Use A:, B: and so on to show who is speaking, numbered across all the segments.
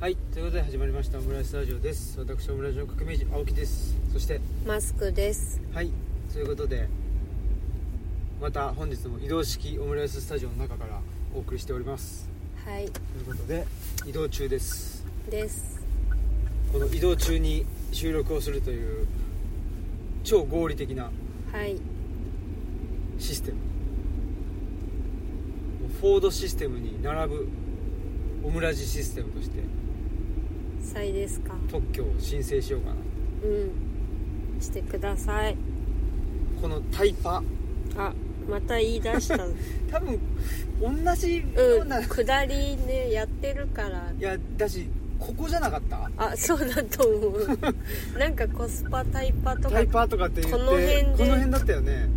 A: はい、ということで始まりましたオムライスラジオです。私オムライスの革命児青木です。そして
B: マスクです。
A: はい、ということでまた本日も移動式オムライススタジオの中からお送りしております。
B: はい、
A: ということで移動中です。
B: です。
A: この移動中に収録をするという超合理的な
B: はい、
A: システム。もうフォードシステムに並ぶオムラジシステムとして
B: さいですか。
A: 特許を申請しようかな。
B: うん。してください。
A: このタイパ
B: あ、また言い出 した。う
A: 多分同じようんな、、
B: 下りね、やってるから。
A: いやだしここじゃなかった
B: あ、そうだと思う。 なんかコスパタイパと
A: タ
B: か
A: イ。パーとかって言って
B: この辺で
A: この辺だったよね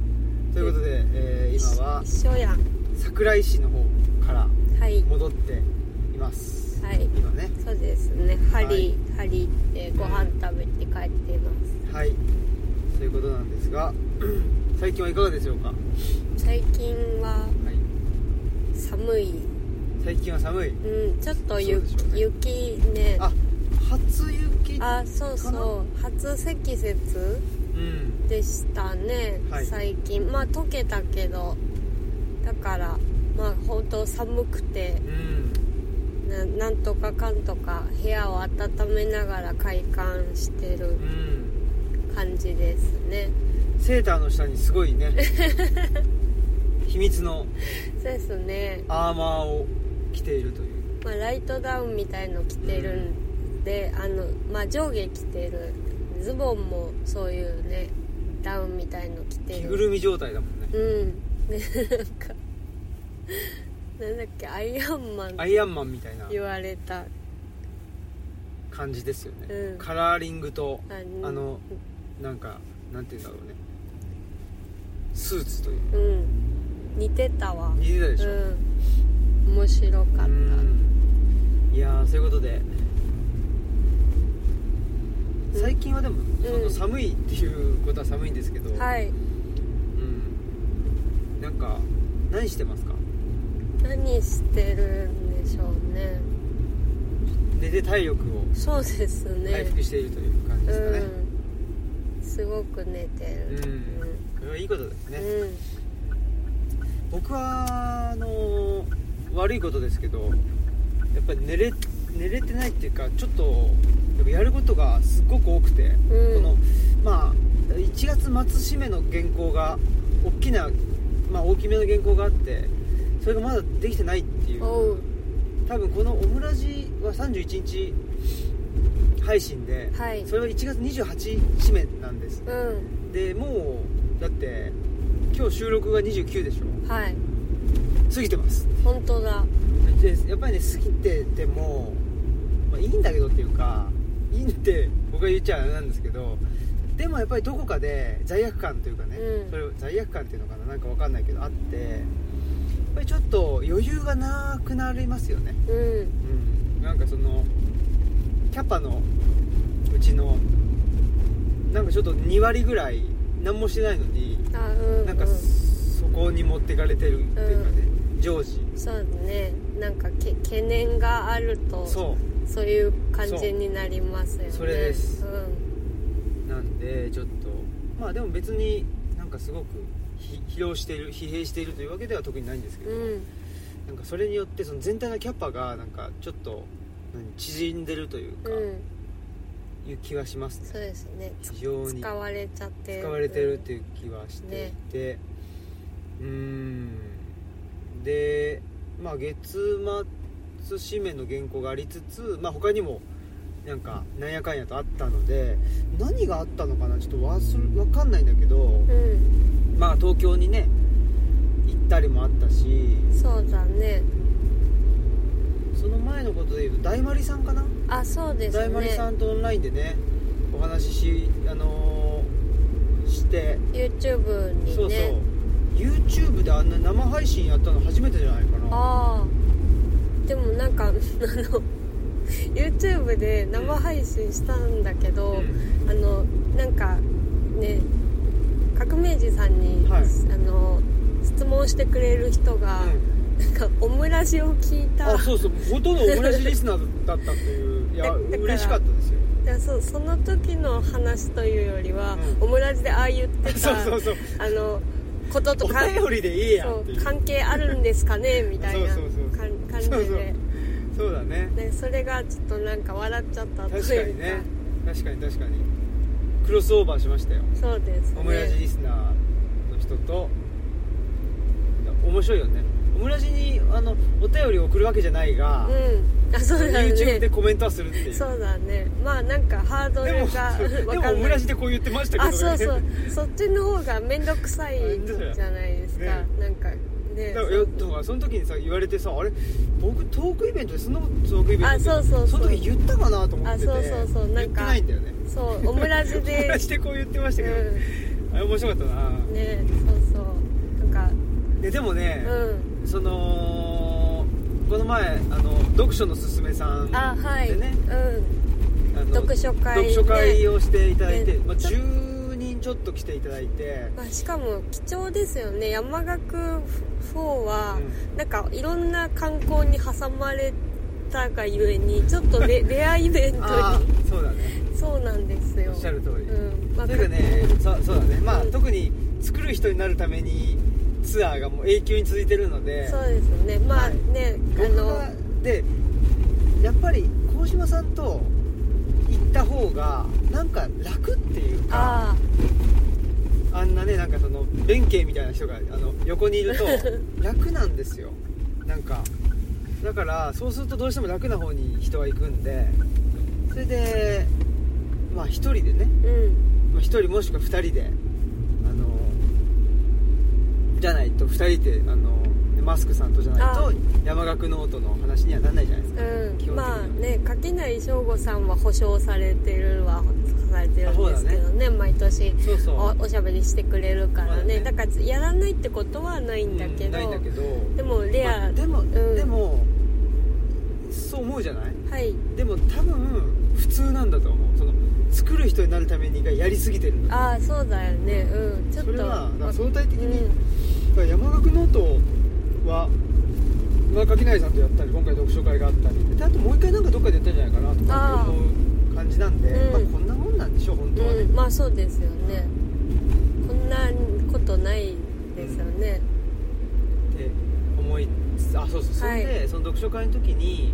A: ということで、えー今は
B: 一緒やん。
A: 桜井市の方から
B: はい、
A: 戻っています、
B: はい
A: 今ね
B: そうですね。ハ
A: は
B: リ
A: い
B: ー、ハリーってご飯食べて帰ってます。
A: はいということなんです が最近はいかがでしょうか、は、
B: 最近はい寒い。
A: 最近は寒い
B: うん、ちょっと雪
A: そうでしょうね
B: 雪ね。
A: あ初雪
B: あ、そうそう。初積雪。
A: うん
B: でしたね、
A: はい
B: 最近まあ溶けたけどだからまあ本当寒くて
A: うん
B: ななんとかかんとか部屋を温めながら開館してる
A: うん
B: 感じですね
A: セーターの下にすごい ね秘密の
B: そうですね、
A: アーマーを着ているという
B: まあ、ライトダウンみたいの着てるんで、あのまあ上下着てるズボンもそういうねダウンみたいの着てる
A: 着ぐるみ状態だもんね
B: うんでなんかなんだっけアイアンマン
A: アイアンマンみたいな
B: 言われた
A: 感じですよね、
B: うん
A: カラーリングと
B: あ
A: あのなんかなんて言うんだろうねスーツという
B: うん似てたわ
A: 似てたでしょ、
B: うん面白かった
A: うんいやーそういうことで
B: うん
A: 最近はでも、その
B: うん
A: 寒いっていうことは寒いんですけど、
B: はい
A: うんなんか何してますか
B: 何してるんでしょうね
A: 寝て体力を
B: そうですね
A: 回復しているという感じですかね
B: うんすごく寝て
A: う
B: る
A: ん、これはいいことですね、
B: うん
A: 僕はあの悪いことですけどやっぱり寝れ寝れてないっていうかちょっとやっぱやることがすっごく多くて、
B: うん
A: このまあ1月末締めの原稿が大きなまあ大きめの原稿があってそれがまだできてないっていう
B: おう
A: 多分このオムラジは31日配信で、
B: はい
A: それは1月28締めなんです
B: うん
A: でもうだって今日収録が29でしょ
B: はい
A: 過ぎてます
B: 本当だ
A: でやっぱりね過ぎてても、まあ、いいんだけどっていうかいいんって僕が言っちゃあれなんですけどでもやっぱりどこかで罪悪感というかね、
B: うん
A: それを罪悪感っていうのかななんかわかんないけどあってやっぱりちょっと余裕がなくなりますよね、
B: うん
A: うん、なんかそのキャパのうちのなんかちょっと2割ぐらい何もしてないのに
B: あうん
A: なんかそこに持ってかれてるっていうかね、常時
B: うん、そうねなんかけ懸念があるとそう
A: そう
B: いう感じになりますよね
A: そうそれです
B: うん
A: なんでちょっとまあでも別になんかすごくひ疲労している疲弊しているというわけでは特にないんですけど、
B: うん
A: なんかそれによってその全体のキャパがなんかちょっと何縮んでるというか、
B: うん
A: いう気がします
B: そ
A: ね
B: うですねつ
A: 非常に
B: 使われちゃって
A: 使われてるっていう気はしていて、うーんでまあ月末締めの原稿がありつつまあ他にもなんかなんやかんやとあったので何があったのかなちょっと忘れわかんないんだけど
B: うん
A: まあ東京にね行ったりもあったし
B: そうだね
A: その前のことで言うと大丸さんかな、
B: あそうですね
A: 大丸さんとオンラインでねお話ししあのーして、
B: YouTube にね
A: そうそう YouTube であんな生配信やったの初めてじゃないかな
B: ああでもなんかあの YouTube で生配信したんだけど、
A: うん
B: あのなんかね革命児さんに、
A: はい
B: あの質問してくれる人が、
A: う
B: なんかオムラジを聞いた
A: あそうそうほとんど同じリスナーだったっていういや
B: だだから
A: 嬉しかったですよ
B: いやそうその時の話というよりは、
A: うん
B: オムラジでああ言ってた
A: そうそうそう
B: あのことと
A: お
B: か
A: 便りでいいやんっていう
B: そう関係あるんです かねみたいな
A: そうそうそう
B: かん感じ
A: そうそう
B: で
A: そうだね
B: ねそれがちょっとなんか笑っちゃったという
A: 確かにね確かに確かにクロスオーバーしましたよ
B: そうですね
A: オムラジリスナーの人といや面白いよねオムラジにあのお便りを送るわけじゃないが、
B: うんあそうだ
A: YouTube で
B: ね
A: コメントはするっていう
B: そうだねまあなんかハード
A: で
B: ル
A: も
B: が
A: で
B: わ
A: も
B: か
A: オ
B: ん
A: ム
B: な
A: ラ
B: い
A: ジでこう言ってましたけど
B: あ
A: ね
B: そうそうそっちの方が面倒くさい
A: 面倒だよ
B: じゃないですか、
A: ね
B: なんかね
A: だからよだからその時にさ言われてさあれ僕トークイベントでそんなことトークイベントで
B: あそうそうそう
A: の時言ったかなと思ってて
B: あそうそうそうな
A: 言っ
B: んか
A: てないんだよね
B: そうオムラジ
A: オム
B: で
A: ラジでこう言ってましたけど、あれ面白かったな、
B: うんねそうそうなんか
A: ででもね、
B: うん
A: そのこの前あの読書のすすめさん
B: あはい、
A: でね
B: う
A: あの
B: 読書会ね
A: 読書会をしていただいて、
B: ね
A: まあ、
B: ちょ
A: 10人ちょっと来ていただいて
B: ん、まあ、しかも貴重ですよね山岳4は、なんかいろんな観光に挟まれたがゆえにちょっと レレアイベント
A: ああそうだね
B: にそうなんですよ
A: おっしゃる通り、
B: うんまあ
A: というかねそうそうだねまあ、
B: うん
A: 特に作る人になるためにツアーがもう永久に続いてるので
B: そうですねまあ
A: はい
B: ね、あ
A: 僕
B: の
A: がでやっぱり鴻島さんと行った方がなんか楽っていうか
B: あ
A: あんなねなんかその弁慶みたいな人があの横にい ると楽なんですよなんかだからそうするとどうしても楽な方に人は行くんでそれでまあ一人でね
B: あうん
A: まあ一人もしくは二人であのじゃないと二人であのマスクさんとじゃない
B: あ
A: と山岳ノートの話にはならないじゃないですか、基
B: うん
A: 本的には
B: まあね垣内省吾さんは保証されてるはされてるんですけどね毎年
A: そうそう
B: おおしゃべりしてくれるからね,、
A: まあ
B: だ
A: ね
B: からやらないってことはないんだけ
A: うん
B: ど,、
A: ないんだけど
B: でもレア、
A: まあでも、
B: ん
A: でもそう思うじゃない
B: はい
A: でも多分普通なんだと思うその作る人になるためにがやりすぎてるんだ
B: ああそうだよねうんちょっ
A: そ
B: と
A: れはだから
B: わ
A: 相対的に、
B: うん
A: だから山岳ノートは村垣内さんとやったり今回読書会があったりであともう一回なんかどっかでやったんじゃないかなとか
B: あー
A: 思う感じなんで、
B: うん
A: まあ、こんなもんなんでしょ本当はね、
B: うん、まあそうですよねこんなことないですよね、
A: って思いつつあそうそうそれで、
B: は
A: その読書会の時に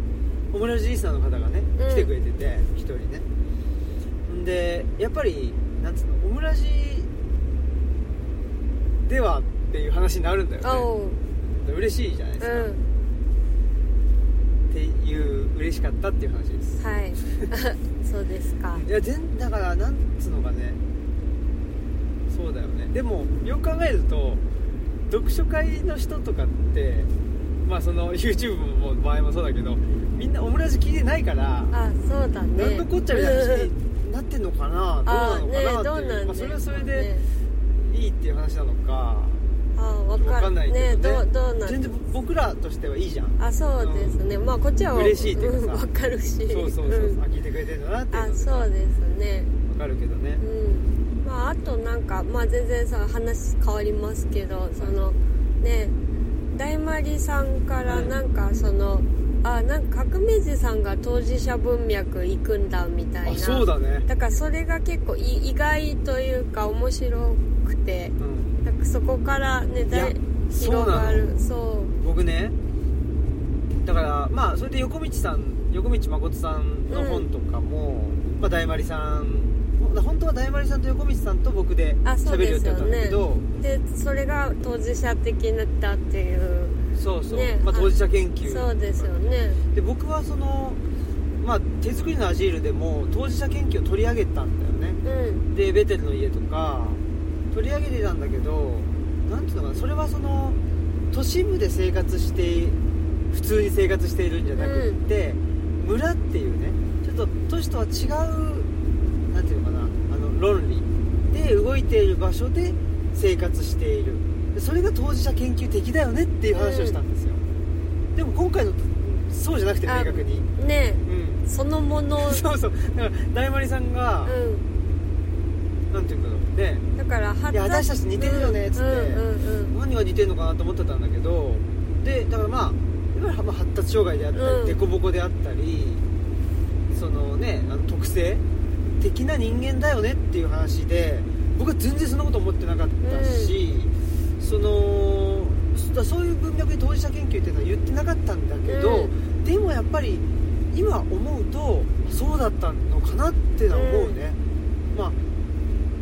A: オムラジリスナーの方がね
B: うん
A: 来てくれてて一、人ねんでやっぱりなんつうのオムラジではっていう話になるんだ
B: あ
A: よ
B: お
A: ね
B: う
A: 嬉しいじゃないです
B: う
A: か、っ
B: ん
A: ていう嬉しかったっていう話です
B: はい そうですか
A: いや全だからなんつうのかねそうだよねでもよく考えると読書会の人とかってまあその YouTube も場合もそうだけどみんなオムラジ聞いてないから、
B: あそうだね
A: なんのこっちゃみたいな話
B: うん
A: になってんのかな、
B: あ
A: どうなのかなっていう
B: ねどうなん
A: まあ、それはそれ
B: ね
A: でいいっていう話なのか
B: あわ
A: 分
B: か
A: かんないけどね
B: ねどうどうなん
A: 全然僕らとしてはいいじゃん
B: あそうですね、まあこっちは
A: 嬉しいっていう
B: うん
A: かさ
B: わかるし
A: そうそうそう、
B: ん
A: あ聞いてくれてるんだなってい
B: あ
A: うの
B: そうですね
A: 分かるけどね
B: うんまああとなんかまあ全然さ話変わりますけどそのね大丸さんから
A: うん
B: なんかその、あなんか革命児さんが当事者文脈行くんだみたい
A: あ
B: な
A: そうだね
B: だからそれが結構い意外というか面白くて
A: うん
B: なんかそこから
A: い
B: ね
A: や
B: だい
A: そうなの
B: 広がるそ
A: 僕ねだからまあそれで横道さん横道誠さんの本とかも、まあ、大丸さんほ本当は大丸さんと横道さんと僕で
B: あそう
A: 喋る
B: で
A: 予定
B: す
A: だ
B: よ
A: ったんだけ
B: ね
A: ど
B: でそれが当事者的になったっていう
A: そうそう、
B: ね
A: まあ、
B: あ
A: 当事者研究
B: そうですよね
A: で僕はその、まあ、手作りのアジールでも当事者研究を取り上げたんだよね
B: うん
A: でベテルの家とか取り上げてたんだけどなんていうのかなそれはその都市部で生活して普通に生活しているんじゃなくって、村っていうねちょっと都市とは違うなんていうのかなあの論理で動いている場所で生活しているでそれが当事者研究的だよねっていう話をしたんですよ、でも今回のそうじゃなくて
B: あ
A: 明確に
B: ね
A: うん
B: その もの
A: そうそうだから大丸さんが、
B: う
A: なんていうんだろうね
B: んだから発
A: いや私たち似てるよねっつって
B: うんうんうん
A: 何が似てるのかなと思ってたんだけどでだからまあいわゆるまあ発達障害であった
B: うん
A: り凸凹であったり、そのねあの特性的な人間だよねっていう話で僕は全然そんなこと思ってなかったし、そのそそういう文脈で当事者研究っていうのは言ってなかったんだけど、
B: う
A: でもやっぱり今思うとそうだったのかなってのは思うね、まあ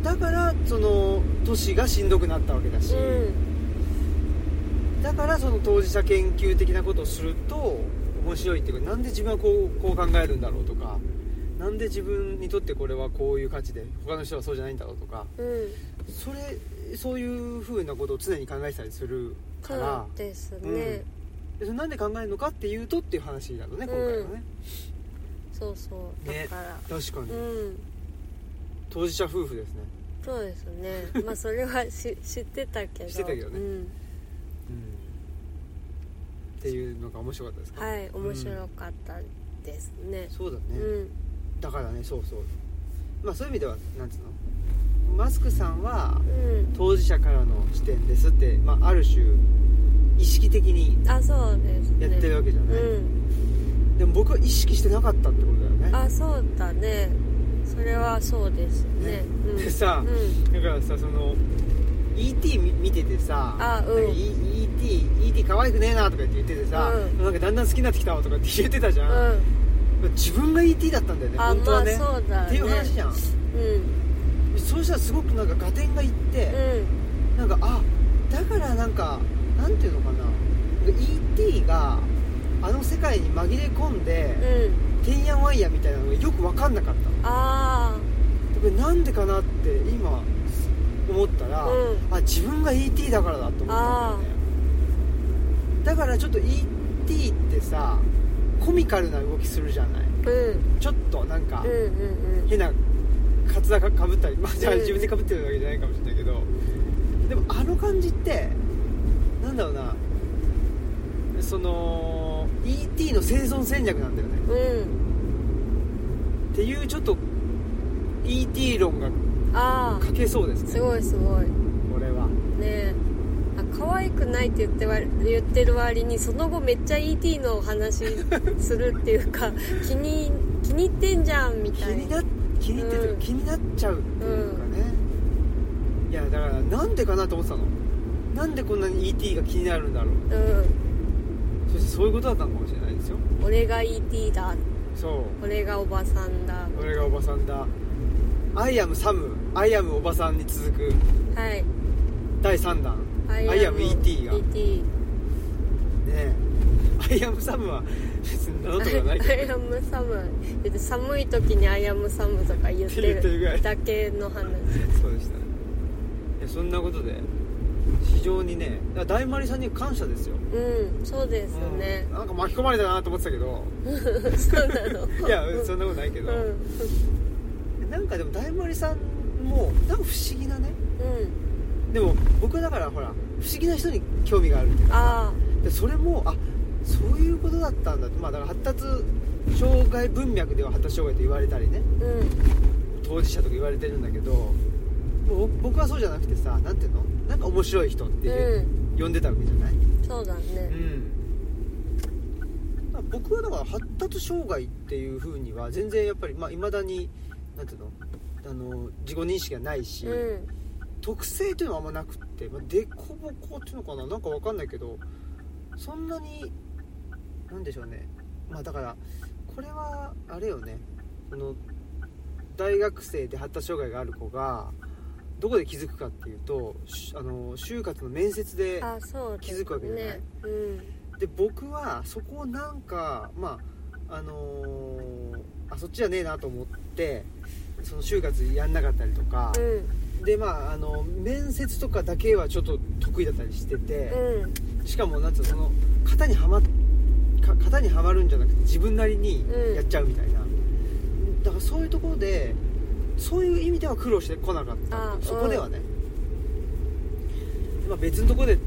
A: だからその都市がしんどくなったわけだし、
B: うん
A: だからその当事者研究的なことをすると面白いっていうかなんで自分はこうこう考えるんだろうとかなんで自分にとってこれはこういう価値で他の人はそうじゃないんだろうとか
B: うん
A: それそういうふうなことを常に考えてたりする
B: そ
A: か
B: う
A: ら
B: ですね、
A: でそれなんで考えるのかっていうとっていう話なのね今回はね、
B: そうそうだ
A: ね
B: から、
A: 確かに、
B: うん
A: 当事者夫婦ですね、
B: そうです ねまあそれはし知ってたけど
A: 知ってたけどね
B: うん、
A: っていうのが面白かったですか、
B: はい面白かったですね
A: そうだね、
B: うん
A: だからねそうそうまあそういう意味ではなんつうのマスクさんは
B: うん、
A: 当事者からの視点ですって、まあ、ある種意識的に
B: あそうですね
A: やってるわけじゃない、
B: うん
A: でも僕は意識してなかったってことだよね
B: あそうだねそれはそうですね
A: ね
B: うん
A: でさ
B: うん
A: だからさその ET み見ててさ
B: あうん
A: なんか E- ET, ET 可愛くねえなとか言って言っててさ、
B: うん
A: なんかだんだん好きになってきたわとかって言ってたじゃん、
B: う
A: 自分が ET だったんだよね
B: あ
A: 本当はね,、
B: まあそうだね
A: っていう話じゃん
B: んうん
A: そうしたらすごくなんか合点がいって、
B: うん
A: なんかあだからなんかなんていうのかな ET があの世界に紛れ込んで、
B: うん
A: てんやわんやみたいなのがよく分かんなかった
B: あ
A: これなんでかなって今思ったら、
B: うん
A: あ自分が ET だからだと思ったんだよねだからちょっと ET ってさコミカルな動きするじゃない
B: ーうん
A: ちょっとなんか、
B: うんうん
A: 変なカツラかぶったりまあじゃあ
B: うん
A: 自分でかぶってるわけじゃないかもしれないけど、でもあの感じってなんだろうなその ET の生存戦略なんだよね
B: うんうん
A: っていうちょっと ET 論が
B: あ
A: 書けそうです
B: あ
A: ね
B: すごいすごい
A: これは
B: ねえあ可愛くないって言ってわ言ってる割にその後めっちゃ ET のお話するっていうか 気に気に入ってんじゃんみ
A: 気
B: たい
A: に
B: な
A: な気に入ってて、
B: うん
A: 気になっちゃうっていうかね、いやだからなんでかなと思ってたのなんでこんなに ET が気になるんだろう
B: うん
A: そしてそういうことだったのかもしれないですよ
B: 俺が ET だ
A: そう
B: 俺がおばさんだ
A: 俺がおばさんだアイアムサムアイアムおばさんに続く
B: はい
A: 第3弾
B: I
A: I am ET がね
B: ET
A: えアイアムサムは別に名乗ったことはない
B: ア
A: け
B: イアムサム別に寒い時にアイアムサムとか言って
A: 言ってるぐらい
B: るだけの話
A: どそうでしたねいやそんなことで非常にねだから大丸さんに感謝ですよ
B: うんそうですね
A: うん、なんか巻き込まれたなと思ってたけど
B: そうなの
A: いやそんなことないけ
B: うん
A: ど、
B: うん
A: なんかでも大丸さんもなんか不思議なね
B: うん
A: でも僕だからほら不思議な人に興味があるっていうかさ
B: あ
A: でそれもあそういうことだったんだってまあだから発達障害文脈では発達障害と言われたりね
B: あうん
A: 当事者とか言われてるんだけどもう僕はそうじゃなくてさなんていうのなんか面白い人って、
B: う
A: 呼んでたわけじゃない、
B: んそうだ
A: う
B: ね
A: ん、僕はだから発達障害っていうふうには全然やっぱりいまあ、未だになんていうのあの自己認識がないし、
B: うん
A: 特性というのはあんまなくって、まあ、デコボコっていうのかななんかわかんないけどそんなになんでしょうねまあだからこれはあれよねその大学生で発達障害がある子がどこで気づくかっていうとしあの就活の面接で
B: あそうだ
A: 気づくわけじゃない
B: ねうん
A: で僕はそこをなんかまああのーあそっちじゃねえなと思ってその就活やんなかったりとか。
B: う
A: でまああの面接とかだけはちょっと得意だったりしてて、
B: んうん
A: しかもなんつうのその型にはまっか型にはまるんじゃなくて自分なりに
B: うん
A: やっちゃうみたいな、だからそういうところでそういう意味では苦労してこなかった
B: あ
A: そこではね、まあ、別のところで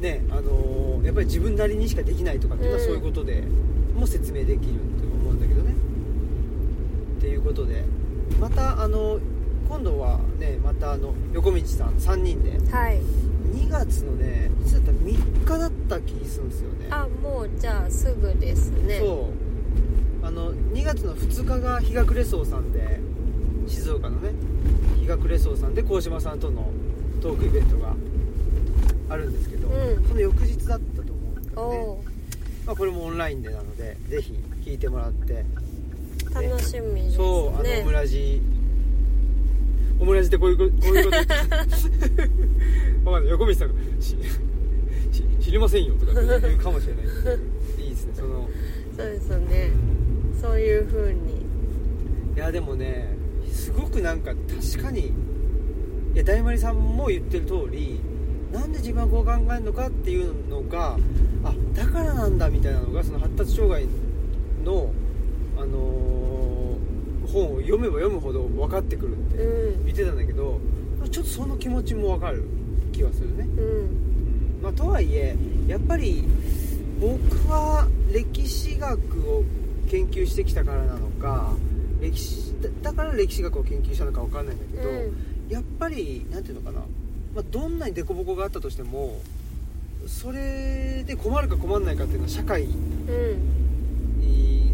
A: ねあのーやっぱり自分なりにしかできないとかっていうのは
B: うん
A: そういうことでも説明できると思うんだけどねっていうことでまたあの今度はねまたあの横道さん3人で
B: はい
A: 2月のねいつだった3日だった気するんですよね
B: あもうじゃあすぐですね
A: そうあの2月の2日が日が暮れ荘さんで静岡のね日が暮れ荘さんで鴻島さんとのトークイベントがあるんですけど、
B: うん
A: その翌日だったと思うんですけ
B: お
A: どね、
B: お
A: まあ、これもオンラインでなのでぜひ聞いてもらって
B: ー楽しみですね
A: そうあのオムラジオムラジってこういうここういうこと 言ってわかんない横道さんがしし知りませんよとか言うかもしれないけどいいですねその
B: そうですよねそういう風に
A: いやでもねすごくなんか確かにいや大丸さんも言ってる通りなんで自分はこう考えるのかっていうのがあだからなんだみたいなのがその発達障害の、あのー本を読めば読むほど分かってくるって
B: うん
A: 見てたんだけどちょっとその気持ちも分かる気はするね、
B: うん
A: まあ、とはいえやっぱり僕は歴史学を研究してきたからなのか歴史だだから歴史学を研究したのか分かんないんだけど、
B: うん
A: やっぱりなんていうのかな、まあ、どんなに凸凹があったとしてもそれで困るか困らないかっていうのは社会
B: うん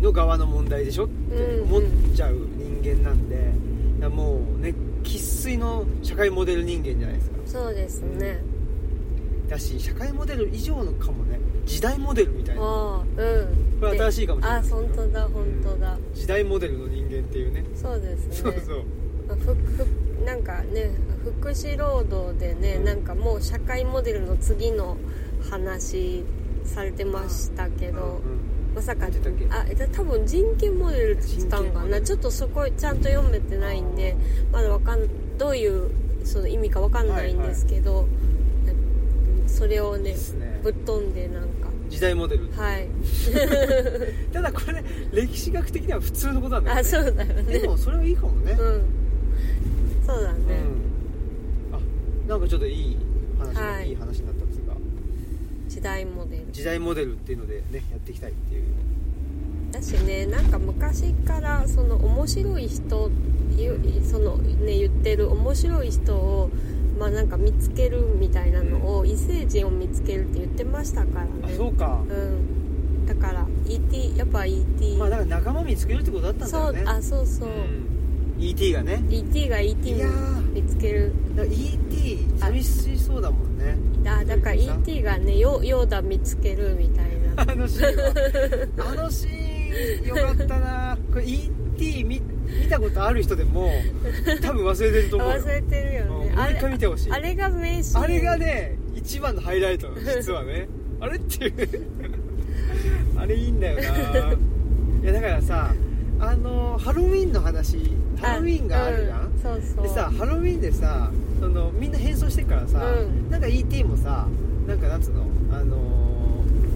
A: の側の問題でしょって思っちゃう人間なんで、いやもうね生粋の社会モデル人間じゃないですか
B: そうですね
A: だし社会モデル以上のかもね時代モデルみたいな
B: ああうん
A: これ新しいかもしれない
B: あ本当だ本当だ
A: 時代モデルの人間っていうね
B: そうです
A: そ
B: ね
A: うそう
B: まあふふなんかね福祉労働でねなんかもう社会モデルの次の話されてましたけど
A: うん
B: まさかあ
A: 言ってたっけ
B: じゃあ多分人権モデルって言ったん
A: 人権
B: か
A: モデ
B: な
A: ル
B: ちょっとそこちゃんと読めてないんでまだわかんどういうその意味かわかんないんですけど、えそれを
A: いい
B: ね
A: っすね
B: ぶっ飛んでなんか
A: 時代モデル
B: はい
A: ただこれ歴史学的には普通のことなんだ
B: あ
A: けど、
B: そ
A: ね、
B: うだ よね
A: でもそれはいいかもね
B: うんそうだ
A: う
B: ね、
A: んあなんかちょっといい話、
B: はい
A: い、い話になったんですが
B: 時代モデル
A: 時代モデルっていうのでねやっていきたいっていう
B: だしねなんか昔からその面白い人ゆそのね言ってる面白い人をまあなんか見つけるみたいなのを異星人を見つけるって言ってましたから
A: あ
B: ね
A: そうか、
B: うんだから ET やっぱ ET
A: まあだから仲間見つけるってことだったんだ
B: そ
A: よ
B: う
A: ね
B: あそうそう、
A: うん ET がね
B: ET が ET
A: いや
B: を
A: ー
B: 見つける
A: だから ET 寂しそうだもん ね
B: あだから ET がねヨヨーダ見つけるみたいな
A: あのシーンはあのシーンよかったなこれ ET 見見たことある人でも多分忘れてると思うよ
B: 忘れてるよ
A: うんもう
B: ねあ
A: 一回見
B: れ
A: てほしい
B: あれが名刺
A: あれがね一番のハイライトなの実は ねあれっていうあ れいいんだよないやだからさあのハロウィンの話ハロウィンがあるじゃん、
B: うんそうそう
A: でさハロウィンでさそのみんな変装してっからさ、
B: うん
A: なんか ET もさなんかなんつうのあの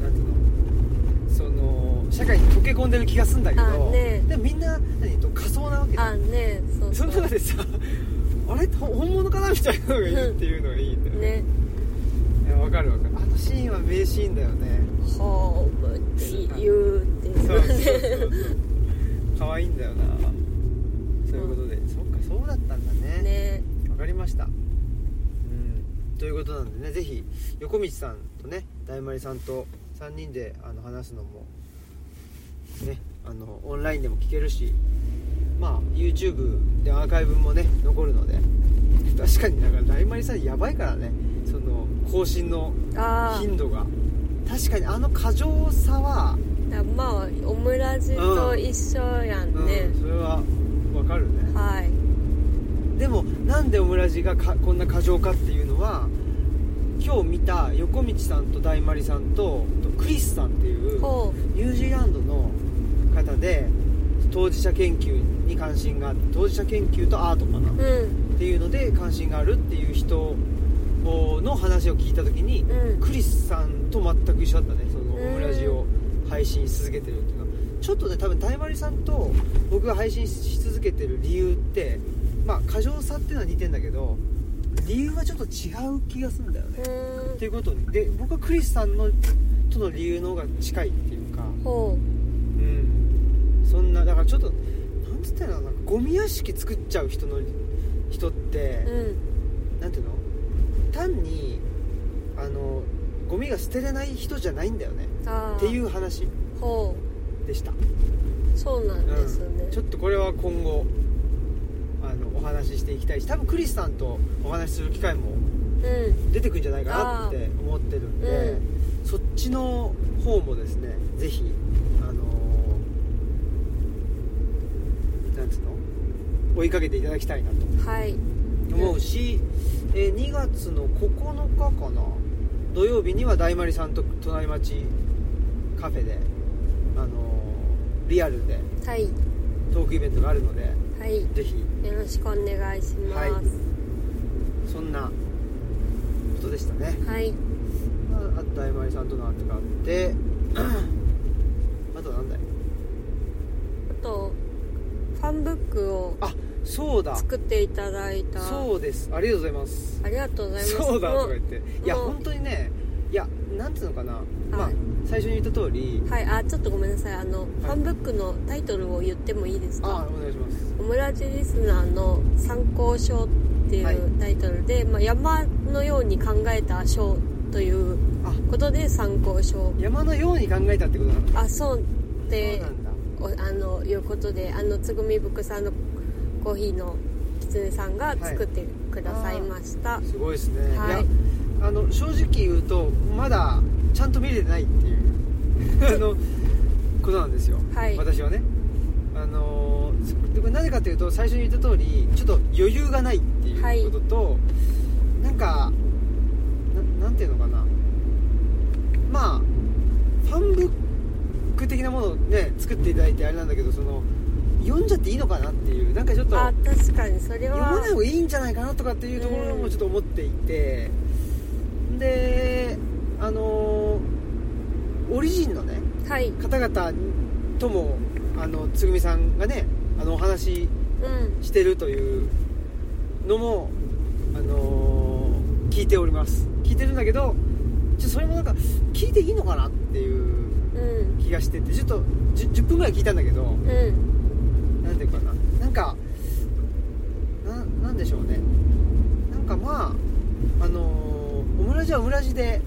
A: ー、なんつうのその社会に溶け込んでる気がすんだけ
B: あ
A: ど、
B: ね
A: でもみんな何えっと仮想なわけじゃん
B: あねそう
A: そ
B: そう
A: の中でさあれほ本物かなみたいなのがいるっていうのがいいんだよね
B: ね
A: いやわかるわかるあのシーンは名シーンだよね
B: ホームって言うっていう
A: そうそう
B: ね
A: そうそう可愛いんだよなそういうことで、そっかそうだったんだね
B: ね
A: わかりましたうんということなんでねぜひ横道さんとね大丸さんと3人であの話すのもねあのオンラインでも聞けるしまあ YouTube でアーカイブもね残るので確かにだから大丸さんやばいからねその更新の
B: あ
A: 頻度が確かにあの過剰さは、
B: あまあオムラジと一緒や
A: うんん
B: ね、
A: それはわかるね
B: はい
A: でもなんでオムラジがかこんな過剰かっていうのは今日見た横道さんと大丸さんととクリスさんっていう
B: ほ
A: ニュージーランドの方で当事者研究に関心があって当事者研究とアートかなっ
B: ううん
A: ていうので関心があるっていう人の話を聞いた時に、
B: うん
A: クリスさんと全く一緒だったねその
B: うん
A: オムラジを配信し続けてるっていうのはちょっとね多分大丸さんと僕が配信し続けてる理由ってまあ過剰さっていうのは似てんだけど理由はちょっと違う気がするんだよね、
B: う
A: ってい
B: ん
A: うことにで僕はクリスさんのとの理由の方が近いっていうか
B: ほ
A: うんそんなだからちょっとなんつったらいいのかなゴミ屋敷作っちゃう人の人って、
B: ううん
A: なんていうの単にゴミが捨てれない人じゃないんだよね
B: あー
A: っていう話
B: ほ
A: でした、
B: うそうなんですね、
A: うん、ちょっとこれは今後あのお話ししていきたいし多分クリスさんとお話しする機会も
B: うん
A: 出てくるんじゃないかなって思ってるんで、そっちの方もですねぜひあのーなんつうの追いかけていただきたいなと
B: はい
A: 思うし、えー2月の9日かな土曜日には大丸さんと隣町カフェで、あのーリアルで
B: はい
A: トークイベントがあるので
B: はい
A: ぜひ
B: よろしくお願いします
A: はそんなことでしたね
B: はい、
A: まああと大丸さんとのあとがあってあとなんだい
B: あとファンブックを
A: あそうだ
B: 作っていただいた
A: そうですありがとうございます
B: ありがとうございます
A: そうだ
B: も
A: とか言っていや
B: もう
A: 本当にねいやなんつうのかな、まあ
B: はい
A: 最初に言った通り
B: はいあちょっとごめんなさいあの、ファンブックのタイトルを言ってもいいですか
A: あお願いします
B: オムラジリスナーの参考書ってい
A: はいう
B: タイトルで、まあ、山のように考えた書という
A: あ
B: ことで参考書
A: 山のように考えたってことなの
B: あそうっ
A: そ
B: て
A: うなんだ
B: おあのいうことであのつぐみぶくさんのコーヒーのきつねさんが作ってくださいました、
A: すごいですね、
B: はい
A: い、やあの正直言うとまだちゃんと見れてないっていう あのことなんですよ、
B: はい
A: 私はねあのーでこれなぜかというと最初に言った通りちょっと余裕がないっていうことと、なんかななんていうのかなまあファンブック的なものをね作っていただいてあれなんだけどその読んじゃっていいのかなっていうなんかちょっと
B: あ確かにそれ
A: 読ま
B: は
A: ない方がいいんじゃないかなとかっていうところもちょっと思っていて、であのーオリジンのね
B: はい
A: 方々ともあのつぐみさんがねあのお話
B: うん
A: ししてるというのもあのー聞いております聞いてるんだけどちょっとそれもなんか聞いていいのかなっていう
B: うん
A: 気がしててちょっと 10, 10分ぐらい聞いたんだけど
B: うん
A: なんていうかななんかななんでしょうねなんかまああのーオムラジはオムラジで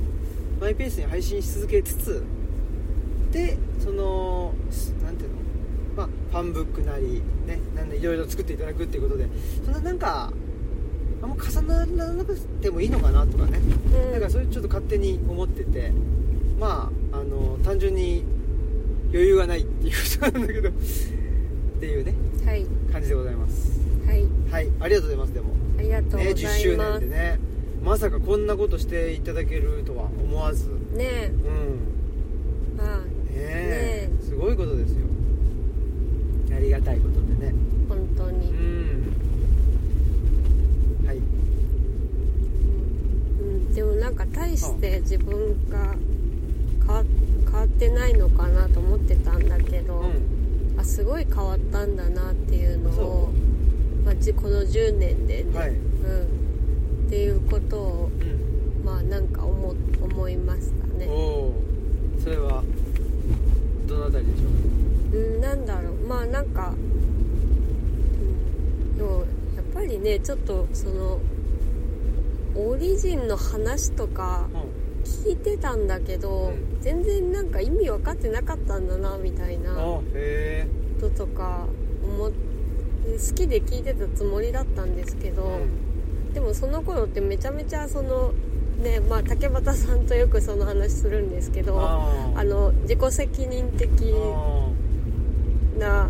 A: マイペースに配信し続けつつでそのすなんていうのまあファンブックなりねなんでいろいろ作っていただくっていうことでそんななんかあんま重ならなくてもいいのかなとかね
B: うん
A: なんかそれちょっと勝手に思っててまああの単純に余裕がないっていうことなんだけどっていうね
B: はい
A: 感じでございます
B: はい
A: はいありがとうございますでも
B: ありがとうござ
A: ね
B: います、
A: 10周年でねまさかこんなことしていただけるとは思わず
B: ねえ
A: うん
B: まあ
A: ねえ
B: ねえ
A: すごいことですよありがたいことでね
B: 本当
A: う
B: に、
A: んはい
B: うん、でもなんか大して自分が変わ変わってないのかなと思ってたんだけど、
A: うん
B: あすごい変わったんだなっていうのを
A: そ、
B: まあ、じこの10年でね、
A: はい
B: うん、っていうこと
A: う
B: を
A: ん
B: まあなんか思思いましたね
A: お、おそれはどのあたりでしょう
B: うん、なんだろうまあなんか、うん、でもやっぱりねちょっとそのオリジンの話とか
A: う
B: 聞いてたんだけど、
A: うん、
B: 全然なんか意味分かってなかったんだなみたいなん
A: あへえ
B: こととか思っ好きで聞いてたつもりだったんですけど、でもその頃ってめちゃめちゃそのねまあ竹俣さんとよくその話するんですけどあ
A: あー
B: の自己責任的
A: あ
B: な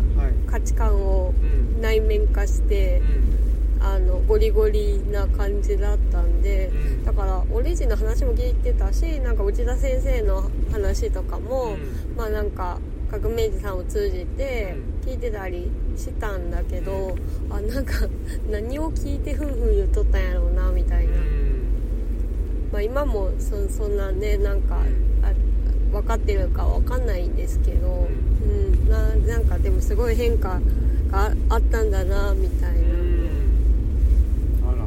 A: ーはい
B: 価値観を
A: うん
B: 内面化し
A: う
B: て
A: ん
B: あのゴリゴリな感じだったんで
A: うん
B: だからオレンジの話も聞いてたしなんか内田先生の話とかも、
A: うん
B: まあなんか革命児さんを通じて聞いてたりしたんだけど、あなんか 何を聞いてふんふん言っとったんやろうなみたいな、
A: うん
B: まあ、今もそそんなねなんか
A: うん
B: あ分かってるかわかんないんですけど、うんななんかでもすごい変化がああったんだなみたいな、
A: うんあら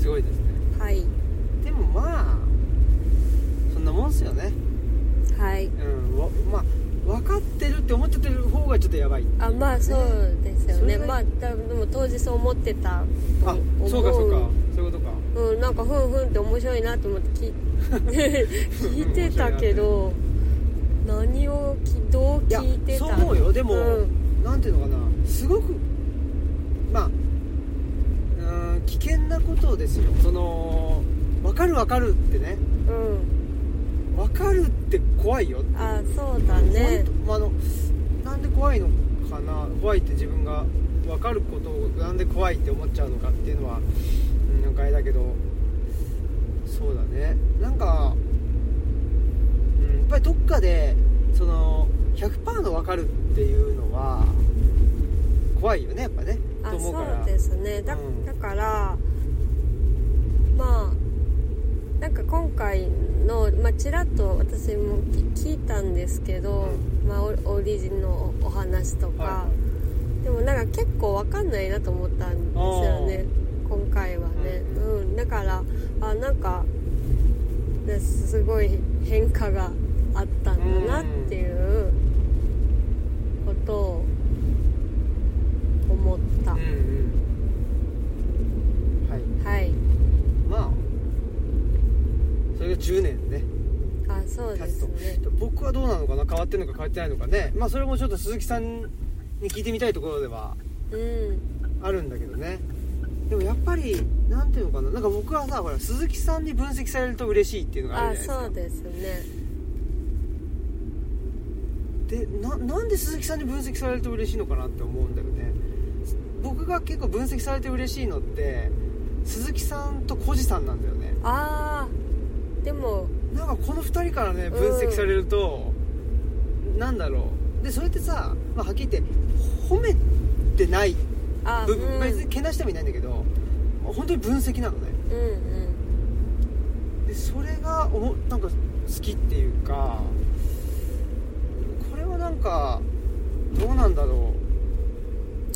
A: すごいですね
B: はい
A: でもまあそんなもんっすよね
B: はい
A: うんわまあ分かってるって思っちゃってる方がちょっとやばい
B: あまあそうですよ
A: そ
B: ね
A: れが
B: まあだでも当時そう思ってたと
A: あ
B: 思う
A: そうかそうかそういうことか
B: うん、なんかふんふんって面白いなと思って聞い 聞いてたけど何をきどう
A: いや
B: 聞いてた
A: そう
B: の
A: 思うよでも、
B: うん
A: なんていうのかなすごくまあうーん危険なことですよその分かる分かるってね
B: うん、
A: 分かるって怖いよ
B: あそうだね
A: 本当あのなんで怖いのかな怖いって自分が分かることをなんで怖いって思っちゃうのかっていうのはうんなんかあれだけどそうだねなんか、うん、やっぱりどっかでその100%の分かるっていうのは怖いよねやっぱね
B: あ
A: と思うか
B: そう
A: ら
B: ですねだ,、
A: うん
B: だからまあなんか今回の、まあ、ちらっと私もき聞いたんですけど、まあ、オオリジンのお話とか、
A: は
B: でもなんか結構わかんないなと思ったんですよね今回はね、
A: う
B: うんだからあなんかねすごい変化があったんだなっていうことを思った、
A: いはい、うんうんはい
B: はい
A: まあそれが10年ね
B: あそうですね
A: 僕はどうなのかな変わってるのか変わってないのかねまあそれもちょっと鈴木さんに聞いてみたいところでは
B: うん
A: あるんだけどねでもやっぱりなんていうのかななんか僕はさほら鈴木さんに分析されると嬉しいっていうのがあ
B: あ
A: るじゃな
B: そう
A: いで
B: ですね
A: すかでななんで鈴木さんに分析されると嬉しいのかなって思うんだよね僕が結構分析されて嬉しいのって鈴木さんと小路さんなんだよね
B: ああでも
A: なんかこの2人からね分析されると、なんだろうでそれってさ、まあ、はっきり言って褒めてない
B: あ
A: 部
B: うん
A: 分別にけなしてもいないんだけど本当に分析なのね
B: うんうん
A: でそれがおもなんか好きっていうかこれはなんかどうなんだろ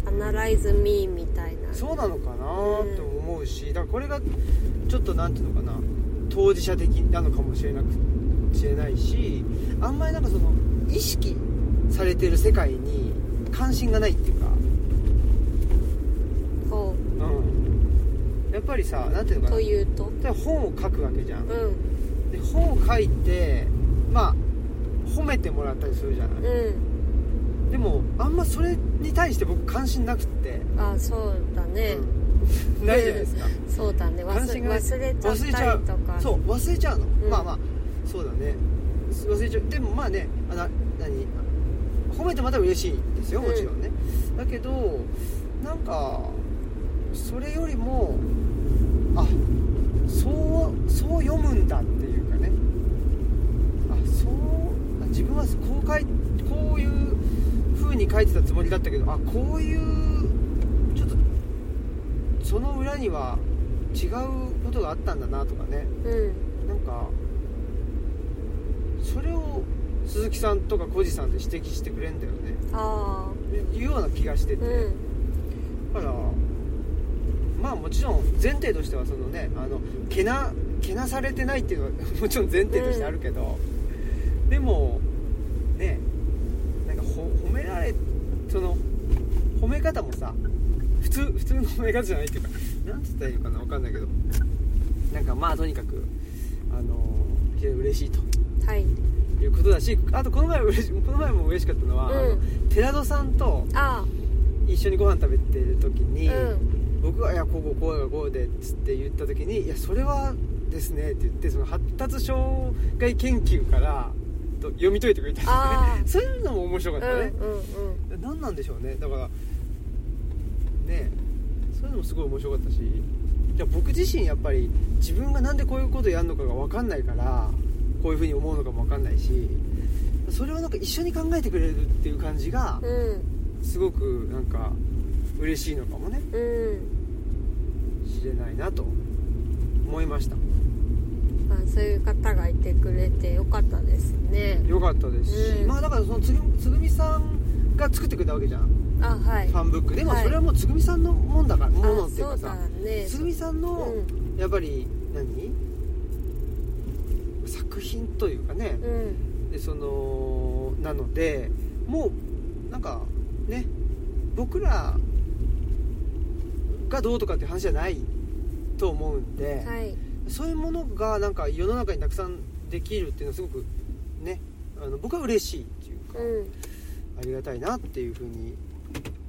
B: アナライズミーみたいな
A: うそうなのかな
B: うん
A: とも思うしだからこれがちょっとなんていうのかな当事者的なのかもしれなくしれないしあんまりなんかその意識されてる世界に関心がないっていうか、
B: ほ
A: うん、やっぱりさなんていうのか
B: う
A: な
B: というと
A: 例えば本を書くわけじゃん
B: うん
A: で本を書いてまあ褒めてもらったりするじゃない、
B: うん
A: でもあんまそれに対して僕関心なくって、
B: あそうだね、
A: うんないじゃないですか
B: そうだね忘
A: 関心がない
B: 忘れちゃったりとか
A: そう忘れちゃうの、
B: ん
A: まあまあそうだね忘れちゃうでもまあねあな何褒めてまた嬉しいんですよもちろんね、だけどなんかそれよりもあそうそう読むんだっていうかねあそうあ自分はこう書いこういう風に書いてたつもりだったけどあこういうちょっとその裏には違うことがあったんだなとかね
B: うん
A: なんかそれを鈴木さんとか小路さんで指摘してくれんだよね
B: あ
A: いうような気がして
B: あ
A: て、
B: うん
A: だからまあもちろん前提としてはそのねあのけなけなされてないっていうのは もちろん前提としてあるけど、でもねなんかほ褒められその褒め方もさ普通普通の褒め方じゃないっていうかなんつったらいいのかなわかんないけどなんかまあとにかくあの非常に嬉しいと
B: はい
A: いうことだしあとこの前嬉しこの前も嬉しかったのは、
B: うん
A: あの寺戸さんと
B: あ
A: 一緒にご飯食べてる時
B: あう
A: に、
B: ん
A: 僕が「いやこうこうこうがこうで」っつって言った時に「いやそれはですね」って言ってその発達障害研究からと読み解いてくれたんだ
B: あ
A: ね
B: ー
A: そういうのも面白か
B: う
A: っ
B: ん
A: たね、
B: うんうん
A: 何なんでしょうねだからねそういうのもすごい面白かったしいや僕自身やっぱり自分がなんでこういうことやるのかが分かんないからこういうふうに思うのかも分かんないしそれをなんか一緒に考えてくれるっていう感じが
B: うん
A: すごくなんか嬉しいのかもね
B: うん
A: しれないなと思いました
B: まあそういう方がいてくれてよかったですね
A: 良かったですし、
B: うん
A: まあだからそのつぐつぐみさんが作ってくれたわけじゃんフ
B: あはい
A: ァンブックでも
B: はい
A: それはもうつぐみさんのもんだから、もの
B: あ
A: っていう
B: そ
A: か
B: う
A: さ
B: だね
A: つぐみさんの
B: う
A: やっぱり何作品というかね
B: ん、うん
A: でそのなのでもうなんかね僕らがどうとかっていう話じゃないと思うんで、
B: はい
A: そういうものがなんか世の中にたくさんできるっていうのはすごくねあの僕は嬉しいっていうか、
B: うん
A: ありがたいなっていうふうに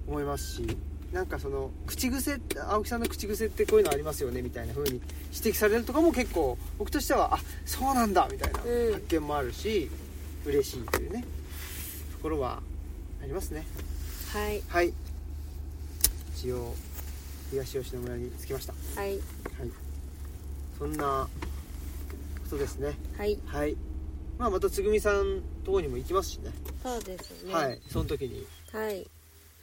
A: 思いますしなんかその口癖って青木さんの口癖ってこういうのありますよねみたいなふうに指摘されるとかも結構僕としてはあそうなんだみたいな
B: うん
A: 発見もあるし、嬉しいというねところはありますね
B: はい
A: はい一応東吉野村に着きました
B: はい
A: はいそんなことですね
B: はい
A: はいまあまたつぐみさんとこにも行きますしね
B: そうですね
A: はいその時に
B: はい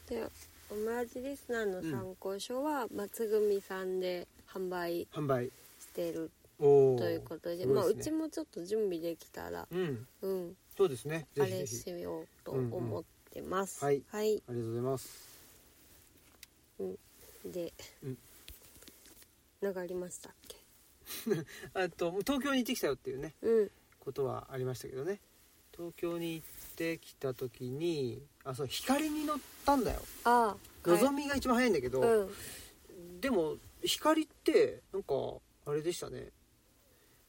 B: でオマージリスナーの参考書は松組さんで販売
A: 販売
B: している
A: おお
B: ということで、
A: おー
B: まあ
A: すご
B: う
A: いです
B: ち
A: ね
B: もちょっと準備できたら
A: うん
B: うん
A: そうですね
B: あ
A: ぜひぜ
B: れ
A: ひ
B: しようと思ってます、
A: うんうん
B: はい
A: ありがとうございます
B: で、
A: うん
B: なんかありましたっけ
A: えっと東京に行ってきたよっていうね
B: うん
A: ことはありましたけどね東京に行ってきた時にあそう光に乗ったんだよ
B: ああ
A: のぞ
B: み
A: みが一番早いんだけど、
B: うん
A: でも光ってなんかあれでしたね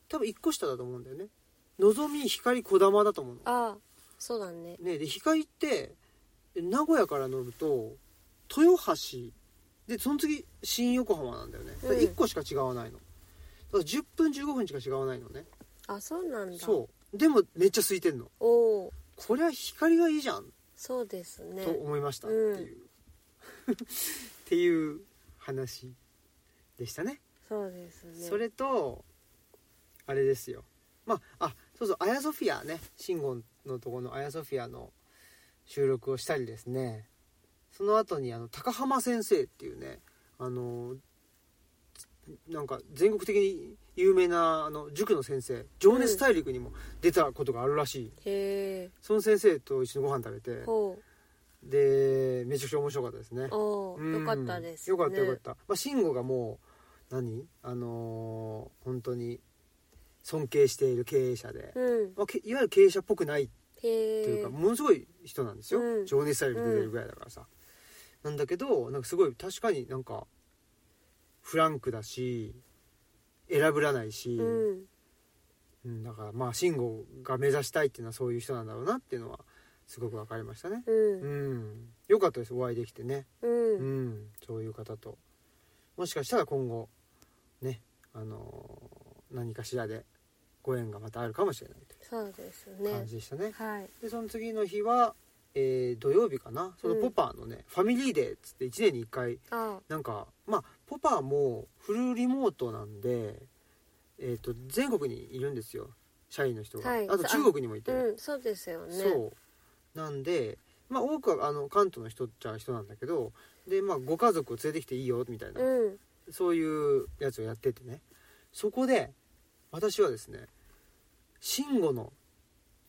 A: 多分一個下だと思うんだよねのぞみ光こだまだと思うの
B: ああそうだね
A: ねで光って名古屋から乗ると豊橋でその次新横浜なんだよねだ
B: うん
A: 1個しか違わないの、だから10分15分しか違わないのね
B: あそうなんだ
A: そうでもめっちゃ空いてんの
B: おお
A: これは光がいいじゃん
B: そうですね
A: と思いましたっていう、 っていう話でしたね
B: そうですね
A: それとあれですよまああそうそうアヤソフィアね慎吾のとこのアヤソフィアの収録をしたりですねその後にあの高浜先生っていうねあのなんか全国的に有名なあの塾の先生「情熱大陸」にも出たことがあるらしい、
B: へ
A: その先生と一緒にご飯食べて
B: えほ
A: でめちゃくちゃ面白かったですね
B: うおお
A: うん
B: よかったですね
A: よかったよかった、まあ、慎吾がもう何あのー本当に尊敬している経営者で、
B: うん
A: まあ、けいわゆる経営者っぽくないと
B: へえ
A: いうか、ものすごい人なんですよ、
B: うん
A: 情熱大陸出てるぐらいだからさ、なんだけどなんかすごい確かになんかフランクだし選ぶらないし、
B: うん
A: うんだからまあ慎吾が目指したいっていうのはそういう人なんだろうなっていうのはすごく分かりましたね
B: うん
A: うん、よかったですお会いできてね
B: うん、
A: うん、そういう方ともしかしたら今後ねあのー何かしらでご縁がまたあるかもしれない
B: そうです
A: という
B: ね
A: 感じでしたね
B: はい
A: でその次の日は、えー土曜日かなその
B: うん
A: ポパーのね、ファミリーデーっつって1年に1回
B: あ
A: なんかまあポパーもフルリモートなんで、えー、と全国にいるんですよ社員の人が、
B: はい
A: あと中国にもいて、
B: あうんそうですよね
A: そうなんで、まあ、多くはあの関東の人っちゃ人なんだけどで、まあ、ご家族を連れてきていいよみたいな、
B: うん
A: そういうやつをやっててねそこで私はですね慎吾の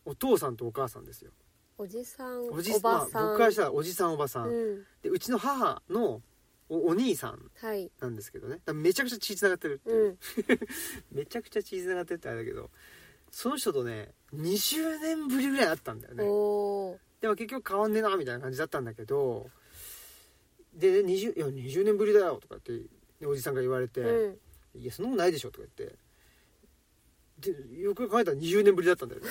A: お父さんとお母さんですよ
B: おじさん
A: おじ
B: おばさ
A: まあ、
B: ん、
A: 僕からしたらおじさんおばさん、
B: うん
A: でうちの母のおお兄さん
B: はい
A: なんですけどねだからめちゃくちゃ血つながってるっていう、
B: うん
A: めちゃくちゃ血つながってるってあれだけどその人とね20年ぶりぐらい会ったんだよね
B: おお
A: でも結局変わんねえなみたいな感じだったんだけどで 20, いや20年ぶりだよとかってでおじさんが言われて「
B: うん
A: いやそんなことないでしょ」とか言ってでよくよく考えたら20年ぶりだったんだよ ね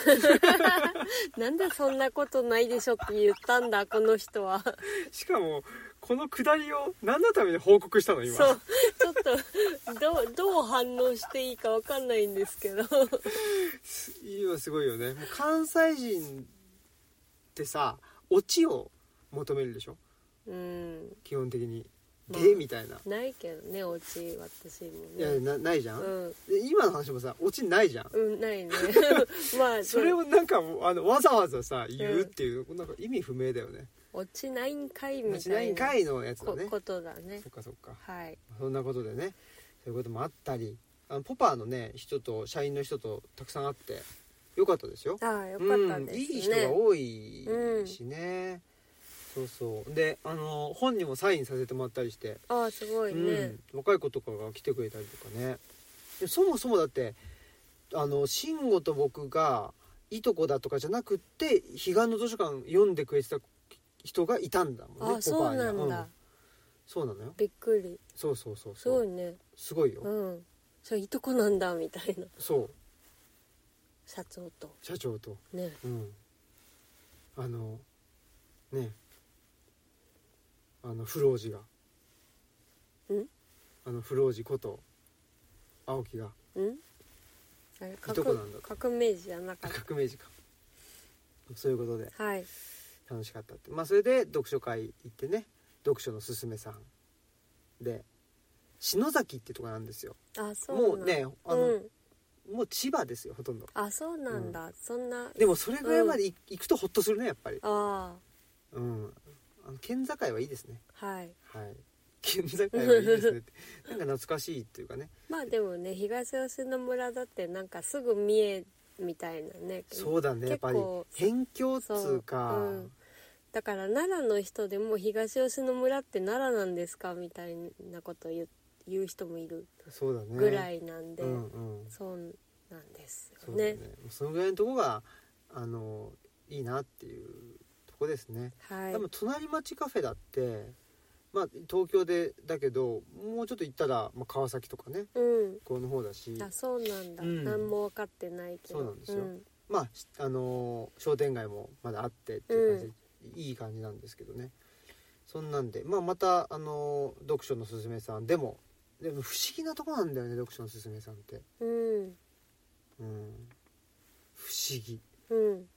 B: なんでそんなことないでしょって言ったんだこの人は
A: しかもこのくだりを何のために報告したの今
B: そうちょっとどうどう反応していいかわかんないんですけど
A: 今すごいよねもう関西人ってさオチを求めるでしょ
B: うん
A: 基本的に「
B: まあ
A: で」みたいな、
B: ないけどねおち私も
A: いや
B: ね
A: なないじゃ、
B: うんん
A: で今の話もさオチないじゃん
B: うんな いねまあ
A: それ
B: を
A: をなんかあのわざわざさ言うっていう、なんか意味不明だよね
B: 落ちないんかい
A: 「
B: み
A: しな
B: た
A: い
B: い
A: ん
B: な
A: かい」のやつだ
B: こ
A: ね
B: ことだね
A: そっかそっか
B: はい
A: そんなことでねそういうこともあったりあのポパーのね人と社員の人とたくさん会ってよかったですよ
B: ああよかった
A: うん
B: ですね、
A: いい人が多いしね、そうそうであの本にもサインさせてもらったりして、
B: ああすごいね、
A: うん、若い子とかが来てくれたりとかねでそもそもだってあの慎吾と僕がいとこだとかじゃなくって彼岸の図書館読んでくれてた人がいたんだもんね
B: ああそうなん
A: ポパイ
B: だ、
A: がうんそうなのよ
B: びっくり
A: そうそうそう
B: す
A: そ
B: ご
A: う
B: いね
A: すごいよ、
B: うんそれいとこなんだみたいな
A: そう
B: 社長と
A: 社長と
B: ね
A: うんあのねあの不老寺が
B: ん
A: あの不老寺こと青木が
B: うんあれ
A: いとこなんだ
B: 革革命児じゃなかっ
A: 革命児かそういうことで
B: たはい
A: 楽しかったってまあそれで読書会行ってね読書のすすめさんで篠崎ってとこなんですよ
B: あそうなん
A: もうねあの、
B: うん、
A: もう千葉ですよほとんど
B: あそうなんだ、そんな
A: でもそれぐらいまでい行くとホッとするねやっぱり
B: あ
A: うんあの県境はいいですね
B: あはい
A: はい。県境はいいです ねって。なんか懐かしいっていうかね。
B: まあでもね東吉野村だってなんかすぐ見えみたいなね
A: そうだね。やっ
B: 結
A: ぱ
B: 構
A: り辺境っつうか。
B: そううんだから奈良の人でも東吉野村って奈良なんですかみたいなこと言う言う人もいる
A: そうだね。
B: ぐらいなんで、
A: うんうん。
B: そうなんです
A: そう
B: よ
A: だね。
B: ね
A: もうそのぐらいのとこがあのいいなっていうとこですね。
B: はい
A: 多分隣町カフェだって。まあ、東京でだけどもうちょっと行ったら、まあ、川崎とかね
B: うん
A: この方だし
B: あそうなんだ、
A: うん
B: 何も分かってないけど
A: そうなんですよ
B: ん
A: まあ、しあのー商店街もまだあってっていう感じで、いい感じなんですけどねそんなんで、まあ、また、あのー読書のすすめさんでもでも不思議なとこなんだよね読書のすすめさんって、
B: うん
A: うん、不思議
B: うん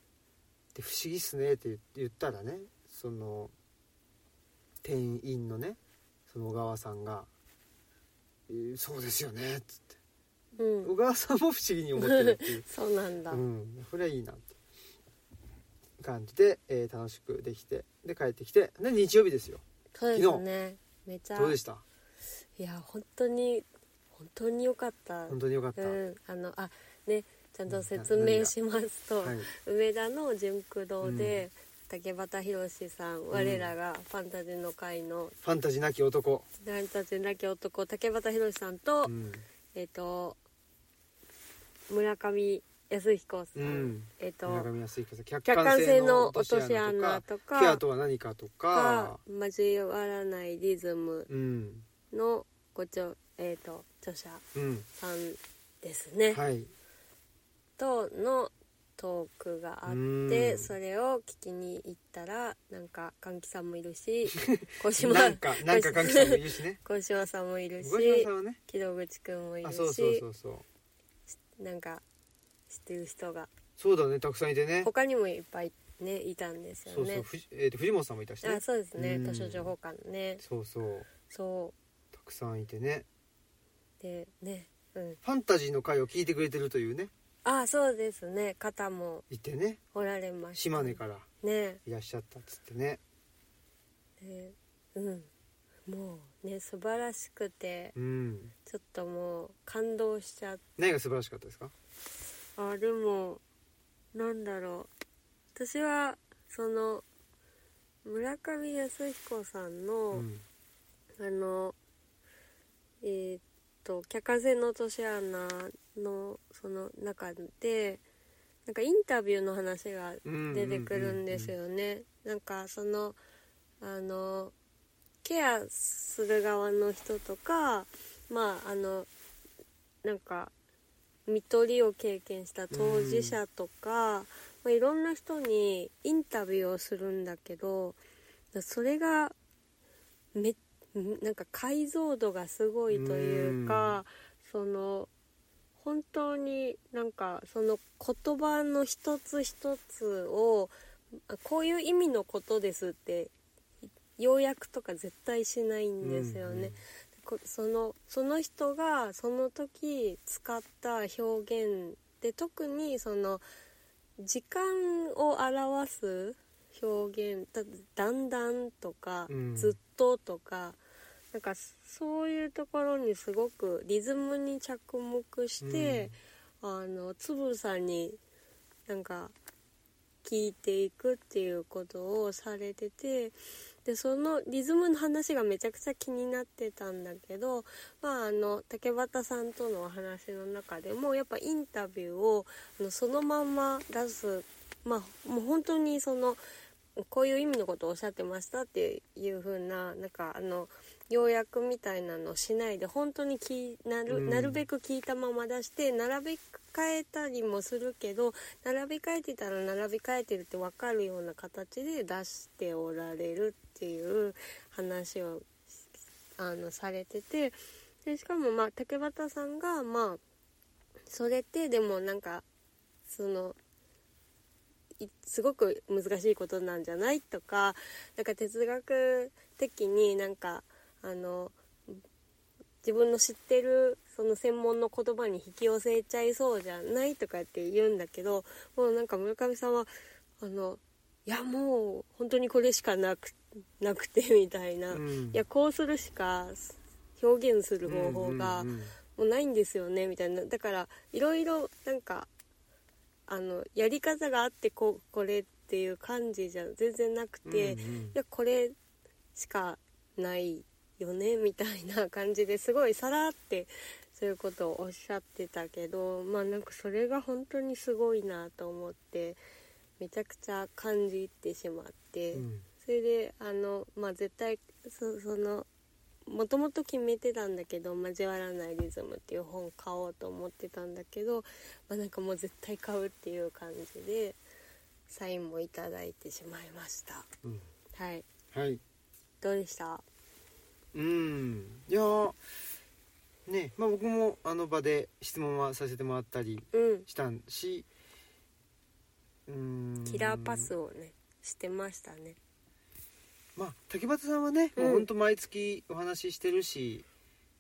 A: で不思議っすねって言言ったらねその店員のねその小川さんが「えーそうですよね」っつって
B: う
A: 小
B: ん
A: 川さんも不思議に思ってるって いう
B: そうなんだ、
A: うん、これはいいなって感じで、えー楽しくできてで帰ってきてで日曜日ですよ
B: そうですねめちゃ
A: どうでした
B: いや本当に本当に良かった
A: 本当によかった、
B: うんあのあねちゃんと説明しますと、
A: はい、
B: 梅田の純駆動で、竹俣宏さん我らがファンタジーの会の
A: ファンタジーなき男、
B: 「ファンタジーなき男」竹俣宏さんと、
A: うん
B: えっ、と村上康彦さん、
A: うん
B: えっ、
A: 村
B: と
A: 上康彦さん客
B: 客観
A: 観
B: 性
A: 性
B: の
A: の
B: 落
A: 落
B: と
A: と
B: し
A: し
B: 穴
A: 穴
B: と
A: と
B: か
A: かケアとは何かとか
B: が交わらないリズム
A: うん
B: のごちょ、えっと著者
A: うん
B: さんですね、
A: はい
B: とのトークがあっ
A: う
B: て
A: ん
B: それを聞きに行ったらなんか柑樹さんもいる し小島
A: なんかなんか関係者もいるしね
B: 小島さんもいるし
A: 小島さんはね
B: 木戸口くんもいる
A: あ
B: し
A: そうそうそうそう
B: なんか知ってる人が
A: そうだねたくさんいてね
B: 他にもいっぱいねいたんですよ
A: そう
B: ね
A: そう、ふじえーと藤本さんもいたしね
B: あそうですね
A: うん
B: 図書情報館のね
A: そうそう
B: そ
A: たくさんいてね
B: うでねう
A: フ
B: ん
A: ァンタジーの回を聞いてくれてるというね
B: あそうですね方も
A: いてね
B: おられました
A: 島根から
B: ね
A: いらっしゃったっつってね
B: でうんもうね素晴らしくて
A: うん
B: ちょっともう感動しちゃっ
A: 何が素晴らしかったですか
B: あでもなんだろう私はその村上康彦さんの、
A: うん
B: あのえーっと「客観性の落とし穴の」その中でなんかインタビューの話が出てくるんですよね、なんかそのあのケアする側の人とかまああのなんか看取りを経験した当事者とか、まあ、いろんな人にインタビューをするんだけどそれがめなんか解像度がすごいというか、その本当になんかその言葉の一つ一つをあこういう意味のことですって要約とか絶対しないんですよね。こそのその人がその時使った表現で特にその時間を表す表現だだんだんとか、
A: うん
B: ずっととかなんかそういうところにすごくリズムに着目して、あのつぶさになんか聞いていくっていうことをされててでそのリズムの話がめちゃくちゃ気になってたんだけど、まあ、あの竹俣さんとのお話の中でもやっぱインタビューをあのそのまんま出す、まあ、もう本当にそのこういう意味のことをおっしゃってましたっていう風ななんかあの要約みたいなのしないで本当にきなる,、
A: うん
B: なるべく聞いたまま出して並び替えたりもするけど並び替えてたら並び替えてるって分かるような形で出しておられるっていう話をあのされててでしかもまあ竹俣さんがまあそれってでもなんかそのいすごく難しいことなんじゃないとかなんか哲学的になんかあの自分の知ってるその専門の言葉に引き寄せちゃいそうじゃないとかって言うんだけどもうなんか村上さんはあのいやもう本当にこれしかなくなくてみたいな、
A: うん
B: いやこうするしか表現する方法が
A: うんうんうん
B: もうないんですよねみたいなだからいろいろなんかあのやり方があってここれっていう感じじゃ全然なくて、
A: うん
B: い
A: うん
B: やこれしかないよねみたいな感じですごいさらってそういうことをおっしゃってたけどまあなんかそれが本当にすごいなと思ってめちゃくちゃ感じてしまって。
A: うん
B: それであのまあ絶対そそのもともと決めてたんだけど「交わらないリズム」っていう本買おうと思ってたんだけど、まあ、なんかもう絶対買うっていう感じでサインもいただいてしまいました
A: うん
B: はい
A: はい
B: どうでした
A: うんいやーねまあ僕もあの場で質問はさせてもらったり
B: うん
A: したんしうん
B: キラーパスをねしてましたね
A: まあ竹俣さんはね、
B: うん
A: もうほんと毎月お話ししてるし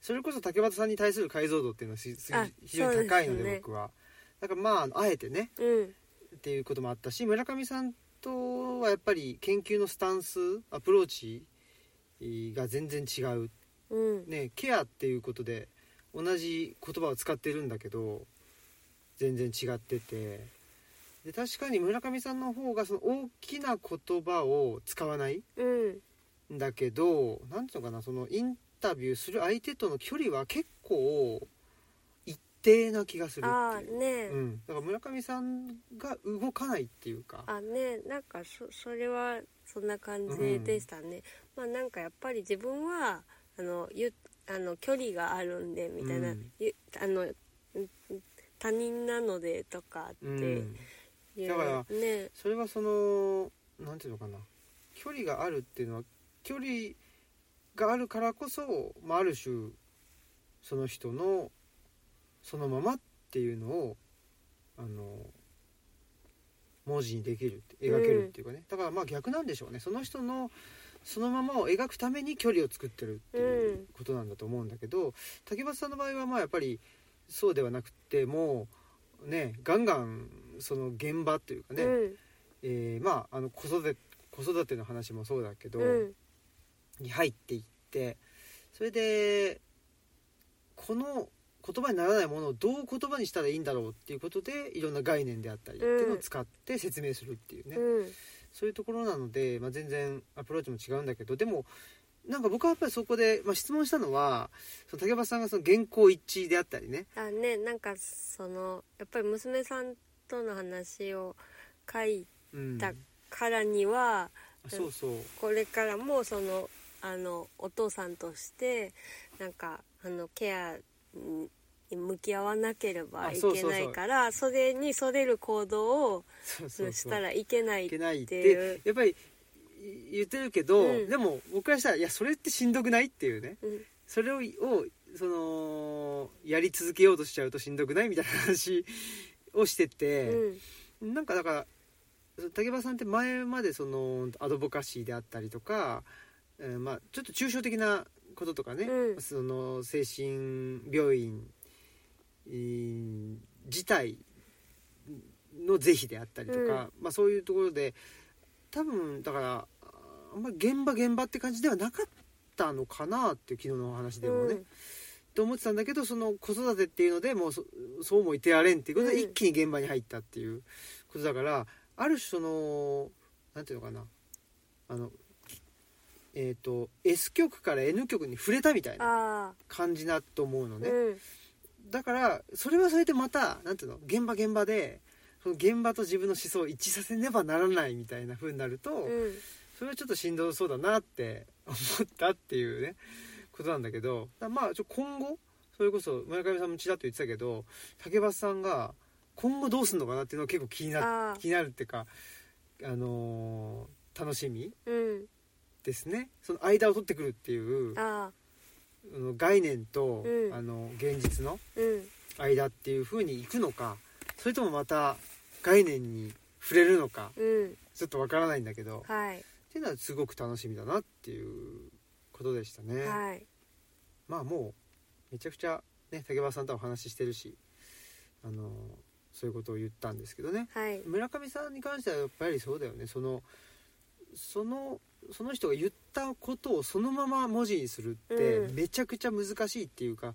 A: それこそ竹俣さんに対する解像度っていうのはしす
B: あ
A: 非常に高いので
B: そうですね
A: 僕はだからまああえてね
B: うん
A: っていうこともあったし村上さんとはやっぱり研究のスタンスアプローチが全然違う
B: うん
A: ね、ケアっていうことで同じ言葉を使ってるんだけど全然違っててで確かに村上さんの方がその大きな言葉を使わない
B: うん
A: んだけど何ていうのかなそのインタビューする相手との距離は結構一定な気がする
B: ああ
A: っていう、
B: ね
A: うん、だから村上さんが動かないっていうか
B: あねなんかそそれはそんな感じでしたね、まあなんかやっぱり自分はあのゆあの距離があるんでみたいな、
A: うん
B: ゆあのん他人なのでとかって
A: う
B: い
A: ん、
B: う、
A: だから
B: ね
A: それはそのなんていうのかな距離があるっていうのは距離があるからこそ、まあ、ある種その人のそのままっていうのをあの文字にできるって描けるっていうかね、だからまあ逆なんでしょうねその人のそのままを描くために距離を作ってるっていうことなんだと思うんだけど、竹俣さんの場合はまあやっぱりそうではなくてもうねガンガンその現場っていうかね、
B: うん
A: えーまああの子育て子育ての話もそうだけど、
B: うん
A: に入っていってそれでこの言葉にならないものをどう言葉にしたらいいんだろうっていうことでいろんな概念であったりっていうのを使って説明するっていうね、
B: うん
A: そういうところなので、まあ、全然アプローチも違うんだけどでもなんか僕はやっぱりそこで、まあ、質問したのはその竹場さんがその原稿一致であったりね
B: あねなんかそのやっぱり娘さんとの話を書い
A: うん
B: たからには、
A: あそうそう
B: これからもそのあのお父さんとしてなんかあのケアに向き合わなければ
A: あ
B: い
A: そう
B: け
A: そうそう
B: ないからそれにそれる行動を
A: そうそうそう
B: したらいけない
A: いけないっ
B: ってい
A: て
B: う
A: やっぱりい言ってるけど、
B: うん
A: でも僕からしたらいやそれってしんどくないっていうね
B: うん
A: それををそのやり続けようとしちゃうとしんどくないみたいな話をしてて、
B: うん
A: なんかだからその竹場さんって前までそのアドボカシーであったりとか、えーまあ、ちょっと抽象的なこととかね、
B: うん
A: その精神病院えー自体の是非であったりとか、
B: うん
A: まあ、そういうところで多分だからあんまり現場現場って感じではなかったのかなっていう昨日のお話でもね。
B: うん
A: と思ってたんだけどその子育てっていうのでもうそそうもいてやれんっていうことで
B: うん
A: 一気に現場に入ったっていうことだから、ある種そのなんていうのかなあのえっ、と S 曲から N 曲に触れたみたいな
B: あ
A: 感じだと思うの
B: あ、
A: ね、
B: うん
A: だからそれはそれでまたなんていうの現場現場でその現場と自分の思想を一致させねばならないみたいな風になると、
B: うん
A: それはちょっとしんどそうだなって思ったっていうねことなんだけどだまあちょ今後それこそ村上さんもちらっと言ってたけど竹橋さんが今後どうするのかなっていうのは結構気にな
B: ああ
A: 気になるっていうか、あのー楽しみ
B: うん
A: ですねその間を取ってくるっていう
B: ああ
A: あの概念と、
B: うん
A: あの現実の
B: うん
A: 間っていう風に行くのかそれともまた概念に触れるのか
B: うん
A: ちょっとわからないんだけど、っ
B: はい
A: ていうのはすごく楽しみだなっていうことでしたね。
B: はい
A: まあもうめちゃくちゃね竹場さんとはお話ししてるしあのそういうことを言ったんですけどね
B: はい
A: 村上さんに関してはやっぱりそうだよねそのそのその人が言ったことをそのまま文字にするって
B: うん
A: めちゃくちゃ難しいっていうか、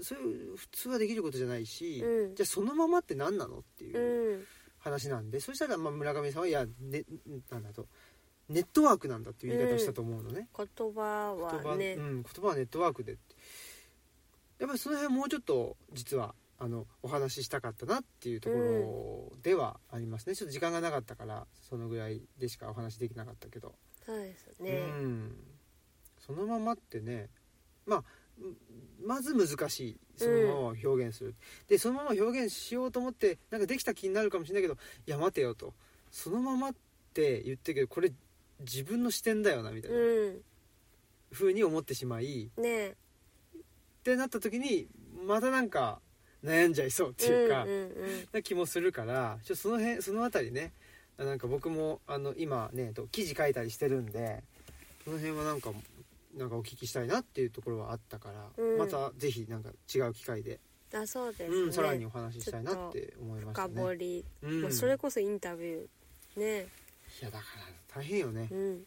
A: そういう普通はできることじゃないし、
B: うん
A: じゃあそのままって何なのって
B: う
A: いうん話なんで、そしたらまあ村上さんはいや、ね、なんだとネットワークなんだっていう言い方をしたと思うのね。
B: 言葉
A: 言
B: は
A: 葉,、
B: ね
A: うん、言葉はネットワークでってやっぱりその辺もうちょっと実はあのお話ししたかったなっていうところではありますね、ちょっと時間がなかったからそのぐらいでしかお話できなかったけど、
B: そうです
A: う
B: ね
A: ん、そのままってねまあうんまず難しいそのままを表現する、でそのまま表現しようと思ってなんかできた気になるかもしれないけどいや待てよとそのままって言ってるけどこれ自分の視点だよなみたいな
B: うん
A: 風に思ってしまい、
B: ね
A: ってなった時にまたなんか悩んじゃいそうっていうか、
B: うんうん
A: な気もするからちょっとその辺その辺りねなんか僕もあの今ねと記事書いたりしてるんでその辺はなんかなんかお聞きしたいなっていうところはあったから、
B: うん
A: またぜひなんか違う機会で、
B: うんあそうですね、
A: うん、さらにお話ししたいなって思いました
B: 深
A: ね。
B: 掘り、
A: うん、
B: もうそれこそインタビューね
A: いやだから大変よね
B: う、ん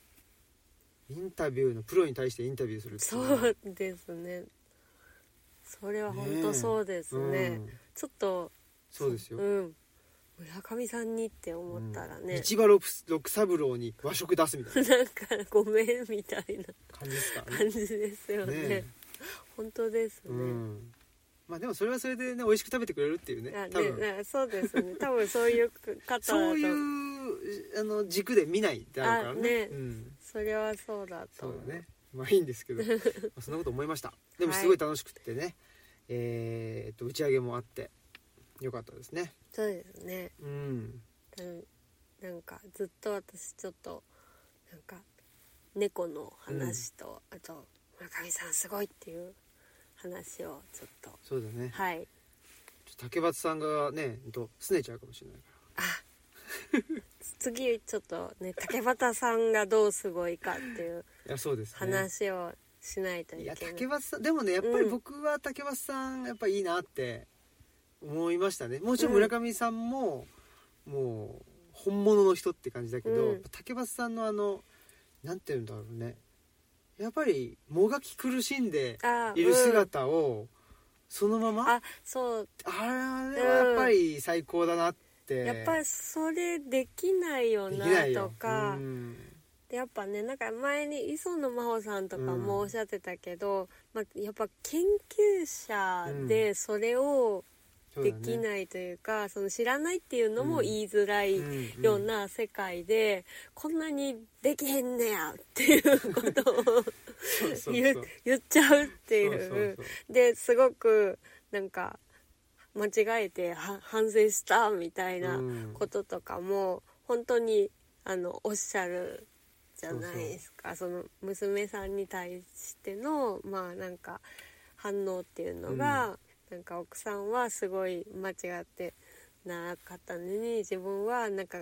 A: インタビューのプロに対してインタビューするっていのは
B: そうですねそれは本当そうです
A: う
B: ね
A: ん
B: ちょっと
A: そうですよ、
B: うん村上さんにって思ったら
A: うん
B: ね、
A: 道場六六三郎に和食出すみたいな
B: なんかごめんみたいな
A: 感じですからね
B: 感じですよね
A: ね
B: 本当ですね、
A: うん、まあでもそれはそれでね美味しく食べてくれるっていうね
B: あね
A: 多分
B: ねそうですね多分そういう方だ と
A: そういうあの軸で見ないってあるからね
B: あね
A: うん、
B: それはそうだと
A: そう
B: 思う
A: だねまあいいんです けどまあそんなこと思いましたでもすごい楽しくってね、えーっと打ち上げもあってよかったですね
B: そうですね
A: うん
B: うんなんかずっと私ちょっとなんか猫の話と、あと村上さんすごいっていう話をちょっと
A: そうだね
B: は
A: ち
B: い
A: ょっと竹松さんがねほんと拗ねちゃうかもしれないから
B: 次ちょっとね竹俣さんがどうすごいかっていう
A: いやそうですね
B: 話をしないとい
A: い
B: けな
A: や
B: い
A: 竹松さんでもねやっぱり
B: うん
A: 僕は竹松さんやっぱいいなって思いましたねもちろん村上さんも、もう本物の人って感じだけど、
B: うん
A: 竹松さんのあのなんて言うんだろうねやっぱりもがき苦しんで
B: あ
A: いる
B: うん
A: 姿をそのまま、
B: あそう
A: あれはやっぱり最高だなって、
B: やっぱりそれできないよ
A: でき
B: な
A: ないよ
B: とか
A: うん
B: でやっぱねなんか前に磯野真帆さんとかも
A: うん
B: おっしゃってたけど、まあ、やっぱ研究者でそれを
A: そう
B: で
A: だね
B: きないというかその知らないっていうのも言いづらい
A: うん
B: ような世界で、こんなにできへんねやっていうことを
A: そうそうそう
B: 言う言っちゃうっていう
A: そうそうそう
B: ですごくなんか間違えては反省したみたいな
A: うん
B: こととかも本当にあのおっしゃるじゃないですかその娘さんに対してのまあなんか反応っていうのが、なんか奥さんはすごい間違ってなかったのに自分はなんか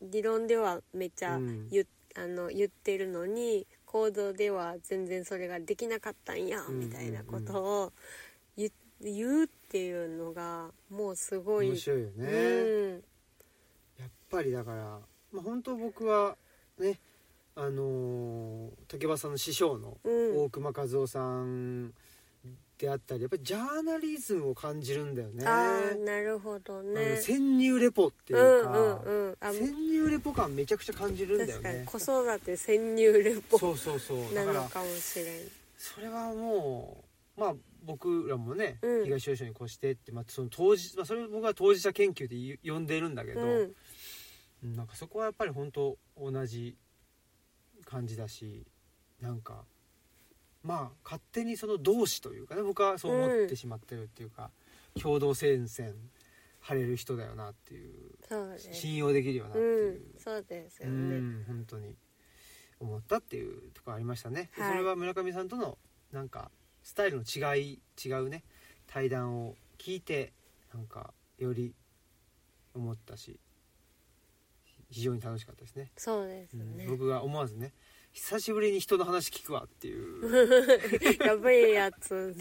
B: 理論ではめっちゃ
A: うん
B: 言,、あの言ってるのに行動では全然それができなかったんや、
A: うん
B: みたいなことを言言うっていうのがもうすごい。
A: 面白いよね、
B: うん
A: やっぱりだから、まあ、本当僕はねあのー竹場さんの師匠の
B: うん
A: 大熊和夫さんであったりやっぱりジャーナリズムを感じるんだよね。
B: ああなるほど
A: あ
B: ね
A: の。潜入レポって
B: う
A: い
B: ん
A: う
B: う
A: か、
B: んうん。あ
A: 潜入レポ感めちゃくちゃ感じるんだよ
B: 確かに
A: ね。
B: 子育て潜入レポ
A: そうそうそう
B: な
A: だか
B: の
A: ら
B: かもしれん。
A: それはもうまあ僕らもね、
B: うん
A: 東吉野に越してって、まあ、その当時、まあ、それ僕は当事者研究で言う呼んでるんだけど、
B: うん
A: うんなんかそこはやっぱり本当同じ感じだしなんかまあ勝手にその同志というかね僕はそう思ってしまってるっていうか、共同戦線張れる人だよなっていう
B: そうです
A: 信用できるよなって
B: う、
A: いうん
B: そうです
A: う
B: よね
A: ん本当に思ったっていうところありましたね、で
B: はい
A: それは村上さんとのなんかスタイルの違い違うね対談を聞いてなんかより思ったし非常に楽しかったですね、
B: そうです
A: う
B: よ
A: ん
B: ね、
A: 僕が思わずね久しぶりに人の話聞くわっていう
B: やばいやつ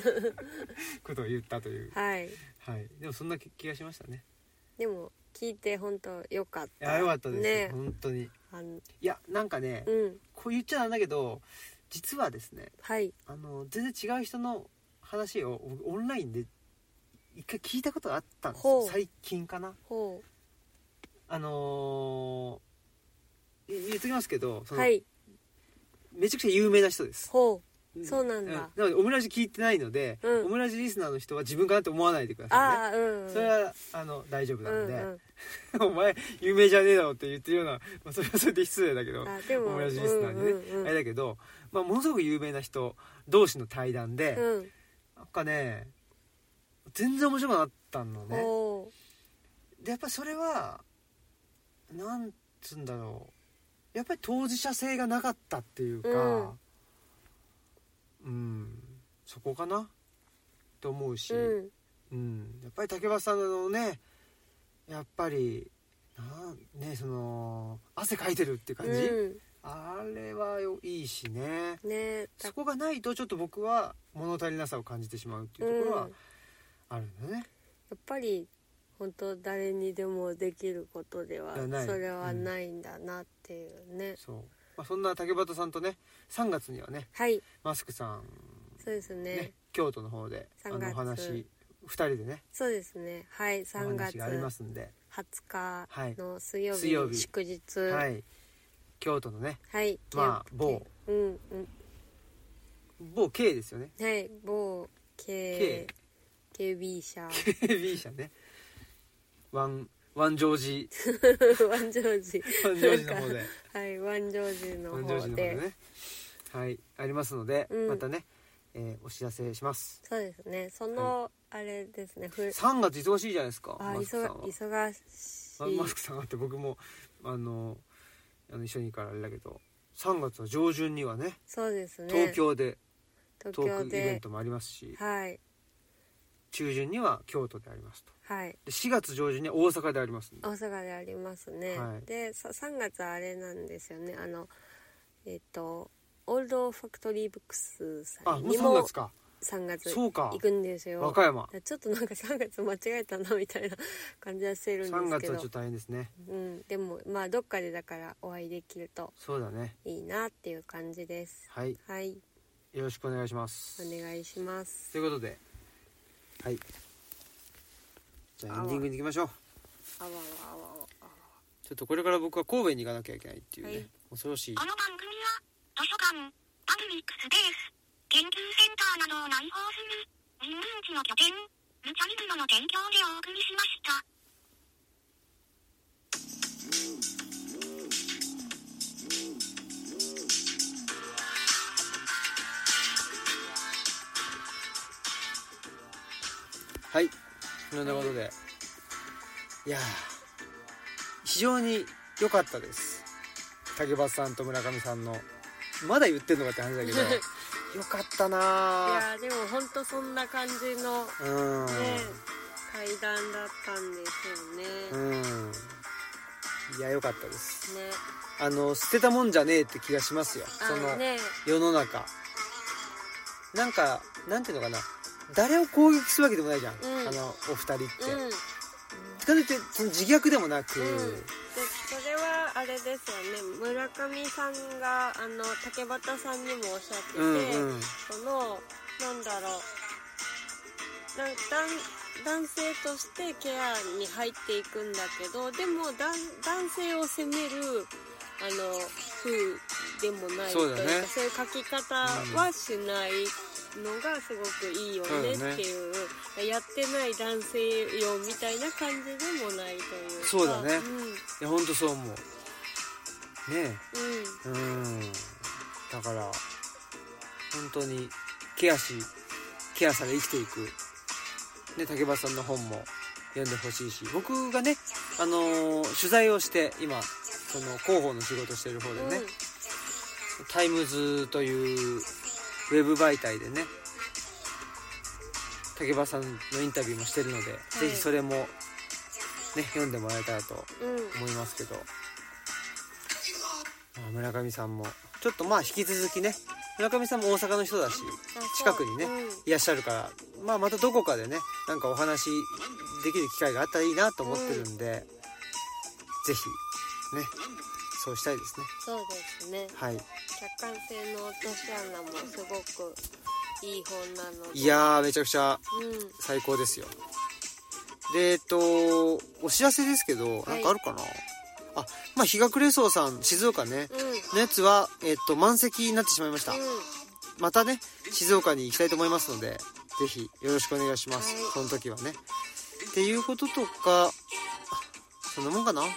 A: ことを言ったという、
B: はい
A: はい、でもそんな気がしましたね
B: でも聞いて本当良かっ
A: い
B: た
A: やよかったです、
B: ね
A: 本当に
B: あの
A: いやなんかね、
B: うん
A: こう言っちゃなんだけど実はですね
B: はい
A: あの全然違う人の話を僕オンラインで一回聞いたことがあったんです
B: ほ
A: よ
B: う
A: 最近かな
B: ほ
A: あのーい言っときますけど
B: う
A: その、
B: はい
A: めちゃくちゃ有名な人です
B: ほうそうなん
A: うん
B: だ、
A: なのでオムラジ聞いてないので、
B: うん
A: オムラジリスナーの人は自分かなって思わないでくださ
B: ああうん
A: いね
B: うん
A: それはあの大丈夫な
B: うんん
A: で、
B: うん
A: お前有名じゃねえだろって言ってるような、まあ、それはそれで失礼だけど
B: あでも
A: オムラジリスナーにね、
B: うんうんうん
A: あれだけど、まあ、ものすごく有名な人同士の対談で、
B: うん
A: なんかね全然面白くなかったのね
B: ほ
A: でやっぱりそれはなんつうんだろうやっぱり当事者性がなかったっていうかうん、そこかなと思うし、
B: ううん
A: うんやっぱり竹橋さんのねやっぱりなんねその汗かいてるって感じ、
B: うん
A: あれはよいいしね
B: ねだ
A: そこがないとちょっと僕は物足りなさを感じてしまうっていうところは
B: や
A: あるんだね、
B: っぱり本当誰にでもできることでは
A: じゃない
B: それはないんだなっていうね、
A: そう、まあ、そんな竹俣さんとね3月にはね
B: はい
A: マスクさん、
B: そうですね
A: ね京都の方であ
B: 3
A: の
B: 月
A: お話2人でね
B: そうですねはい
A: お
B: 3
A: 話
B: 月
A: がありま
B: 20
A: すんで、
B: 日
A: はい
B: の水曜日,、
A: 水曜日
B: 祝日
A: は
B: はい、
A: い、京都のねまあ
B: ま
A: 某
B: うんうん
A: 某 K ですよね
B: はい某 K
A: K
B: KB 社
A: KB 社ねワンワンジョージ
B: ワンジョージ
A: ワンジョージの方で
B: はいワンジョージの
A: ワンジョージの
B: 方
A: 方
B: で
A: でねはいありますので、
B: うん
A: またね、えーお知らせします
B: そうですねその、あれですねふ
A: 3月忙しいじゃないですか
B: あ
A: マスクさんは
B: 忙忙し
A: ま
B: い
A: マスクさんがあって僕もあのあの一緒に行くからあれだけど3月の上旬にはね
B: そうですね
A: 東京で
B: 東
A: トー
B: 京
A: クイベン
B: で
A: トもありますし、
B: はい
A: 中旬には京都でありますと
B: はい
A: で4月上旬には大阪でありますんで
B: 大阪でありますね、
A: はい
B: でさ3月はあれなんですよねあのえっ、とオールドファクトリーブックスさ
A: あ
B: ん
A: もう
B: に
A: 3
B: も
A: 月か
B: 3月
A: そうか
B: 行くんですよ
A: 和歌山
B: だからちょっとなんか3月間違えたなみたいな感じはしてるん
A: 3
B: です
A: 月
B: けど
A: はちょっと大変ですね
B: うん、でもまあどっかでだからお会いできると
A: そうだね
B: いいなっていう感じです
A: はい
B: はい
A: よろしくお願いします
B: お願いします
A: ということではいじゃあエンディングに行きましょう
B: あわわあわあわあわ
A: ちょっとこれから僕は神戸に行かなきゃいけないっていうね、
B: はい
A: 恐ろしい
C: この番組は、図書館、パブリックスペース、研究センターなどを内包する、人間地の拠点、ルチャリブロの提供でお送りしました。
A: はいそんなことでいやー非常に良かったです竹橋さんと村上さんのまだ言ってんのかって話 だけど良かったない
B: やーでもほんとそんな感じの
A: ーうん、
B: ね階段だったんですよね。
A: うんいや良かったです
B: ね。
A: あの捨てたもんじゃねえって気がしますよそ
B: あ
A: の、
B: ね。
A: 世の中なんかなんていうのかな誰を攻撃するわけでもないじゃん、
B: うん
A: あのお二人って、
B: うん。で、
A: かといってその自虐でもなく、
B: うんそれはあれですよね。村上さんが、あの、竹俣さんにもおっしゃってて、
A: うんうん
B: その、なんだろう。なん男男性としてケアに入っていくんだけど、でも男男性を責める、あの、風でもないと
A: そ
B: いうう
A: だ
B: か、
A: ね
B: そういう書き方はしないのがすごくいいよねっていう、やってない男性用みたいな感じでもないというか
A: そうだね
B: うんうん
A: いや本当そう思うねえうんだから本当にケアしケアされ生きていく、ね、竹場さんの本も読んでほしいし僕がね、あのー取材をして今その広報の仕事してる方でね、タイムズというウェブ媒体でね竹場さんのインタビューもしてるので、ぜひそれも、ね、読んでもらえたらと
B: うんうん
A: 思いますけど、まあ村上さんもちょっとまあ引き続きね村上さんも大阪の人だし近くにね
B: うん
A: いらっしゃるから、まあ、またどこかでねなんかお話できる機会があったらいいなと思ってるんで、ぜひねそうしたいですね
B: そうですね
A: はい
B: 客観性の落とし穴もすごくいい本なので
A: いやーめちゃくちゃ
B: うん
A: 最高ですよでえっとお知らせですけど
B: は
A: ないんかあるかな、あまあ日が暮れ荘さん静岡ね
B: うんうん
A: のやつは、えっと、満席になってしまいました、またね静岡に行きたいと思いますのでぜひよろしくお願いします、
B: はい
A: その時はねっていうこととかあそんなもんかな
B: うん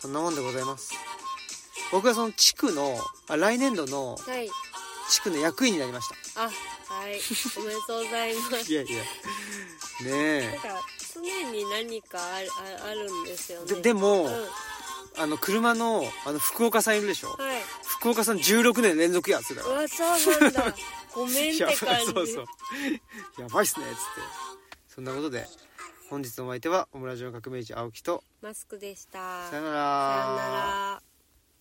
A: そんなもんでございます僕はその地区のあ来年度の
B: はい
A: 地区の役員になりました
B: あはいおめでとうございます
A: いやいや
B: なん
A: ね
B: か常に何かあるああるんですよ
A: え
B: ね
A: ででも、
B: うんは
A: あの車のあの福岡さんいるでしょ
B: い
A: 福岡さん16年連続やつだ
B: う
A: から
B: わそうな んだごめんって
A: や
B: 感
A: ばい
B: じ
A: そうそうやばいっすねっつってそんなことで本日のお相手はオムラジオ革命児青木と
B: マスクでした
A: さよ
B: さよ
A: なら
B: なら